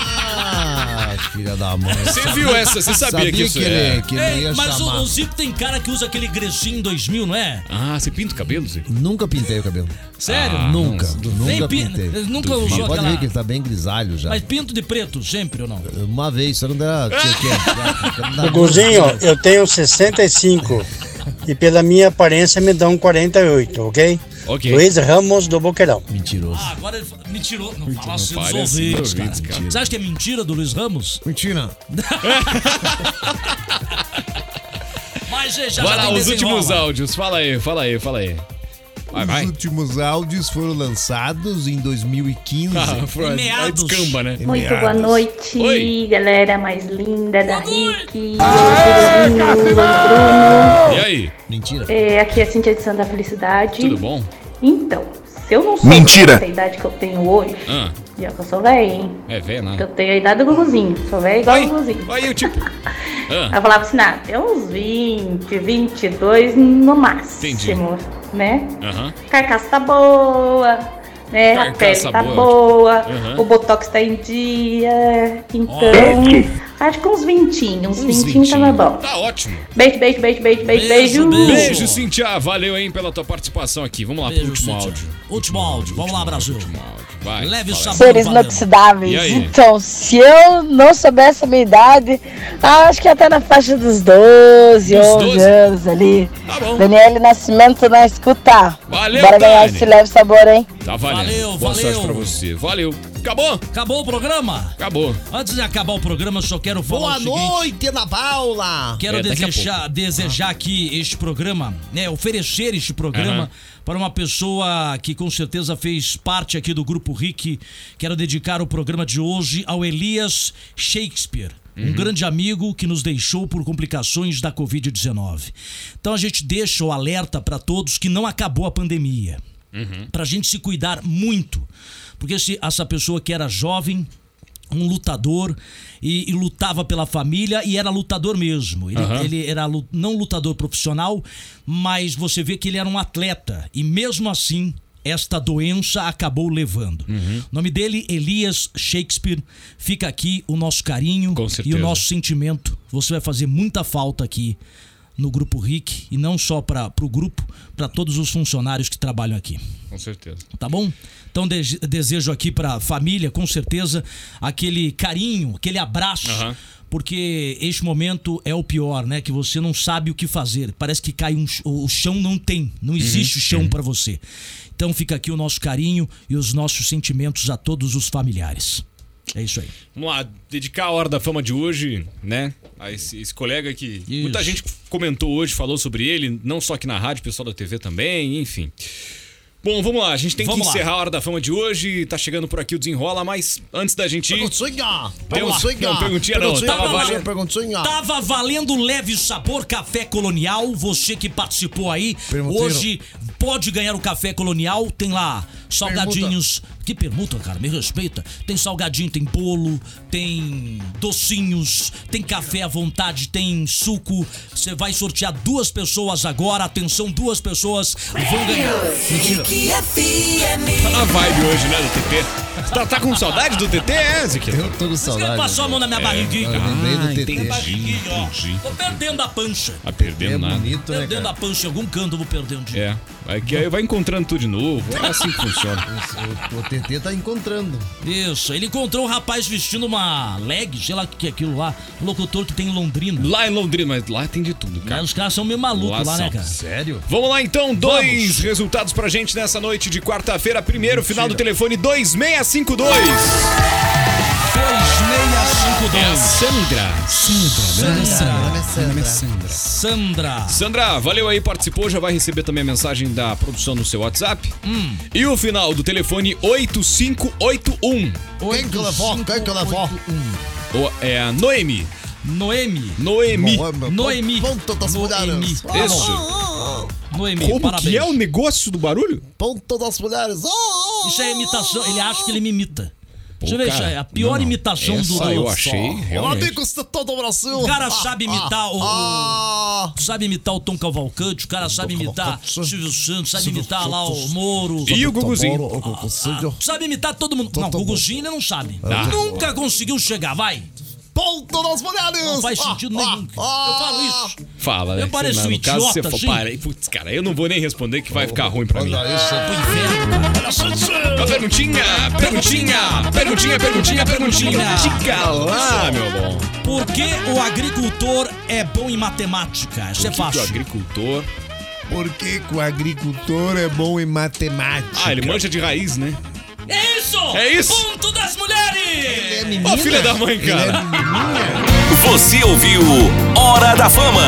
Ah, filha da mãe. Você viu essa, você sabia que isso que ele, é. que ele Ei, ia mas chamar. o, o Zico tem cara que usa aquele Grecin 2000, não é? Ah, você pinta o cabelo, Zico? Nunca pintei o cabelo. Sério? Ah, tá. nunca. Nem Nunca pi- pintei. nunca Mas usou Pode aquela- ver que ele tá bem grisalho já. Mas pinto de preto, sempre ou não? Uma vez, só não dá. tinha que- Guguzinho, eu tenho 65 e pela minha aparência me dão 48, ok? Ok. Luiz Ramos do Boqueirão. Mentiroso. Ah, agora ele fa- me tirou. Não fala assim não dos fale assim ouvidos, dos cara. ouvidos, cara. Você acha que é mentira do Luiz Ramos? Mentira. Mas é, já, Vai já lá, tem os desenrola. últimos áudios. Fala aí, fala aí, fala aí. Vai, vai. Os últimos áudios foram lançados em 2015. Ah, foi- Em meados. aí descamba, né? Em Muito boa meados. noite, Oi. galera mais linda da E RIC. aí? Mentira. É, aqui é Cintia de Santa Felicidade. Tudo bom? Então, se eu não soubesse Mentira. a idade que eu tenho hoje, Ah, e ó, que eu sou velha, hein? é velho, Que eu né? tenho a idade do Guguzinho, sou velha igual o Guguzinho. Aí eu tipo. Ah, Eu falava assim, ah, tem uns 20, 22 no máximo, Entendi. né? Aham. Carcaça tá boa, É né? a Carcaça pele tá boa. boa, Aham. o botox tá em dia. Então, acho que uns vintinhos, uns vintinhos tava bom. Tá ótimo. Beijo, beijo, beijo, beijo, beijo, beijo. Beijo, Cintia. Valeu, hein, pela tua participação aqui. Vamos lá pro último áudio. Último áudio, vamos lá, Brasil. Vai. Leve o fala aí. sabor. Seres E inoxidáveis. aí? Então, se eu não soubesse a minha idade, ah, acho que até na faixa dos 12, Dos 11 12? anos ali. Tá bom. Daniele Nascimento na escuta. Valeu, Bora ganhar Dani. esse leve sabor, hein? Tá valendo. Valeu, Boa valeu. sorte pra você. Valeu. Acabou? Acabou o programa? Acabou. Antes de acabar o programa, eu só quero Boa falar o seguinte. noite, Ana Paula. Quero desejar, desejar aqui este programa, né, oferecer este programa para uma pessoa que com certeza fez parte aqui do Grupo RIC. Quero dedicar o programa de hoje ao Elias Shakespeare. Um grande amigo que nos deixou por complicações da Covid-19. Então a gente deixa o alerta para todos que não acabou a pandemia. Pra gente se cuidar muito. Porque se essa pessoa que era jovem, um lutador, e, e lutava pela família e era lutador mesmo. Ele, Aham. ele era lu- não lutador profissional, mas você vê que ele era um atleta. E mesmo assim, esta doença acabou levando. O nome dele, Elias Shakespeare. Fica aqui o nosso carinho e o nosso sentimento. Você vai fazer muita falta aqui no Grupo RIC e não só para o grupo, para todos os funcionários que trabalham aqui. Com certeza. Tá bom? Então de- desejo aqui para a família, com certeza, aquele carinho, aquele abraço. Porque este momento é o pior, né? Que você não sabe o que fazer. Parece que cai um ch- o chão não tem, não existe o chão para você. Então fica aqui o nosso carinho e os nossos sentimentos a todos os familiares. É isso aí. Vamos lá, dedicar a hora da fama de hoje, né? A esse, esse colega que muita gente comentou hoje, falou sobre ele, não só aqui na rádio, pessoal da TV também, enfim. Bom, vamos lá, a gente tem Vamos que lá. encerrar a hora da fama de hoje. Tá chegando por aqui o desenrola, mas antes da gente ir. Perguntinha! Tem uma- Perguntinha! Não, perguntinha não, tava valendo. Perguntinha! Tava valendo leve sabor café colonial. Você que participou aí, Permuteiro. hoje pode ganhar o café colonial. Tem lá salgadinhos. Que permuta, cara, me respeita. Tem salgadinho, tem bolo, tem docinhos, tem café à vontade, tem suco. Você vai sortear duas pessoas agora. Atenção, duas pessoas vão ganhar. Mentira. Tá na vibe hoje, né, do TT? Tá, tá com saudade do TT, é, Ziqueira? Eu tô com saudade. Passou a mão na minha É, barriguinha. eu lembrei do Ah, TT. entendi, Barriguinha, ó. entendi. Tô perdendo a pancha. Tá perdendo nada. né? é Perdendo a pancha, em algum canto eu vou perdendo. É, vai, que aí vai encontrando tudo de novo, é assim que funciona. O, o TT tá encontrando. Isso, ele encontrou um rapaz vestindo uma leg, sei lá o que é aquilo lá, um locutor que tem em Londrina. Né, Lá em Londrina, mas lá tem de tudo, cara. Os caras são meio malucos lá, né, são. cara? Sério? Vamos lá então, dois resultados pra gente nessa noite de quarta-feira. Primeiro, final do telefone 2652. 2652. É a Sandra. Sandra. Meu nome é Sandra. Sandra. Sandra, valeu aí, participou, já vai receber também a mensagem da produção no seu WhatsApp. Hum. E o final do telefone 8581. Quem que levou? Quem é que levou? O- é a Noemi. Noemi. Noemi. Noemi. Tá Ponto das mulheres. Isso. Noemi, Como parabéns. que é o negócio do barulho? Ponto das mulheres. Oh! Isso é imitação, ele acha que ele me imita. Pô, Deixa eu ver, cara, isso é a pior não, não. imitação do Essa do- eu achei, realmente. Amigos de todo o Brasil. O cara Ah, sabe ah, imitar o, ah. o- Sabe imitar o Tom Cavalcante, o cara sabe imitar o Silvio Santos, sabe imitar lá o Moro. E o Guguzinho? O Guguzinho. Sabe imitar todo mundo. Não, o Guguzinho ele não sabe. Ah. Nunca conseguiu chegar, vai. Ponto das mulheres. Não faz sentido nenhum. Eu falo isso. Fala, né? Eu pareço um no caso, idiota, você for- assim. para aí. Putz, cara, eu não vou nem responder que vai ficar ruim pra mim. Uma perguntinha, perguntinha, perguntinha, perguntinha, perguntinha. Dica lá, meu bom. Por que o agricultor é bom em matemática? Isso é Por que que fácil. o agricultor... Por que, que o agricultor é bom em matemática? Ah, ele mancha de raiz, né? É isso! É isso? Ponto das mulheres! Ô, filha da mãe, cara. Você ouviu Hora da Fama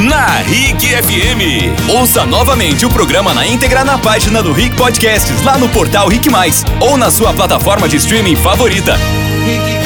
na RIC FM. Ouça novamente o programa na íntegra na página do RIC Podcasts, lá no portal RIC Mais ou na sua plataforma de streaming favorita. Rick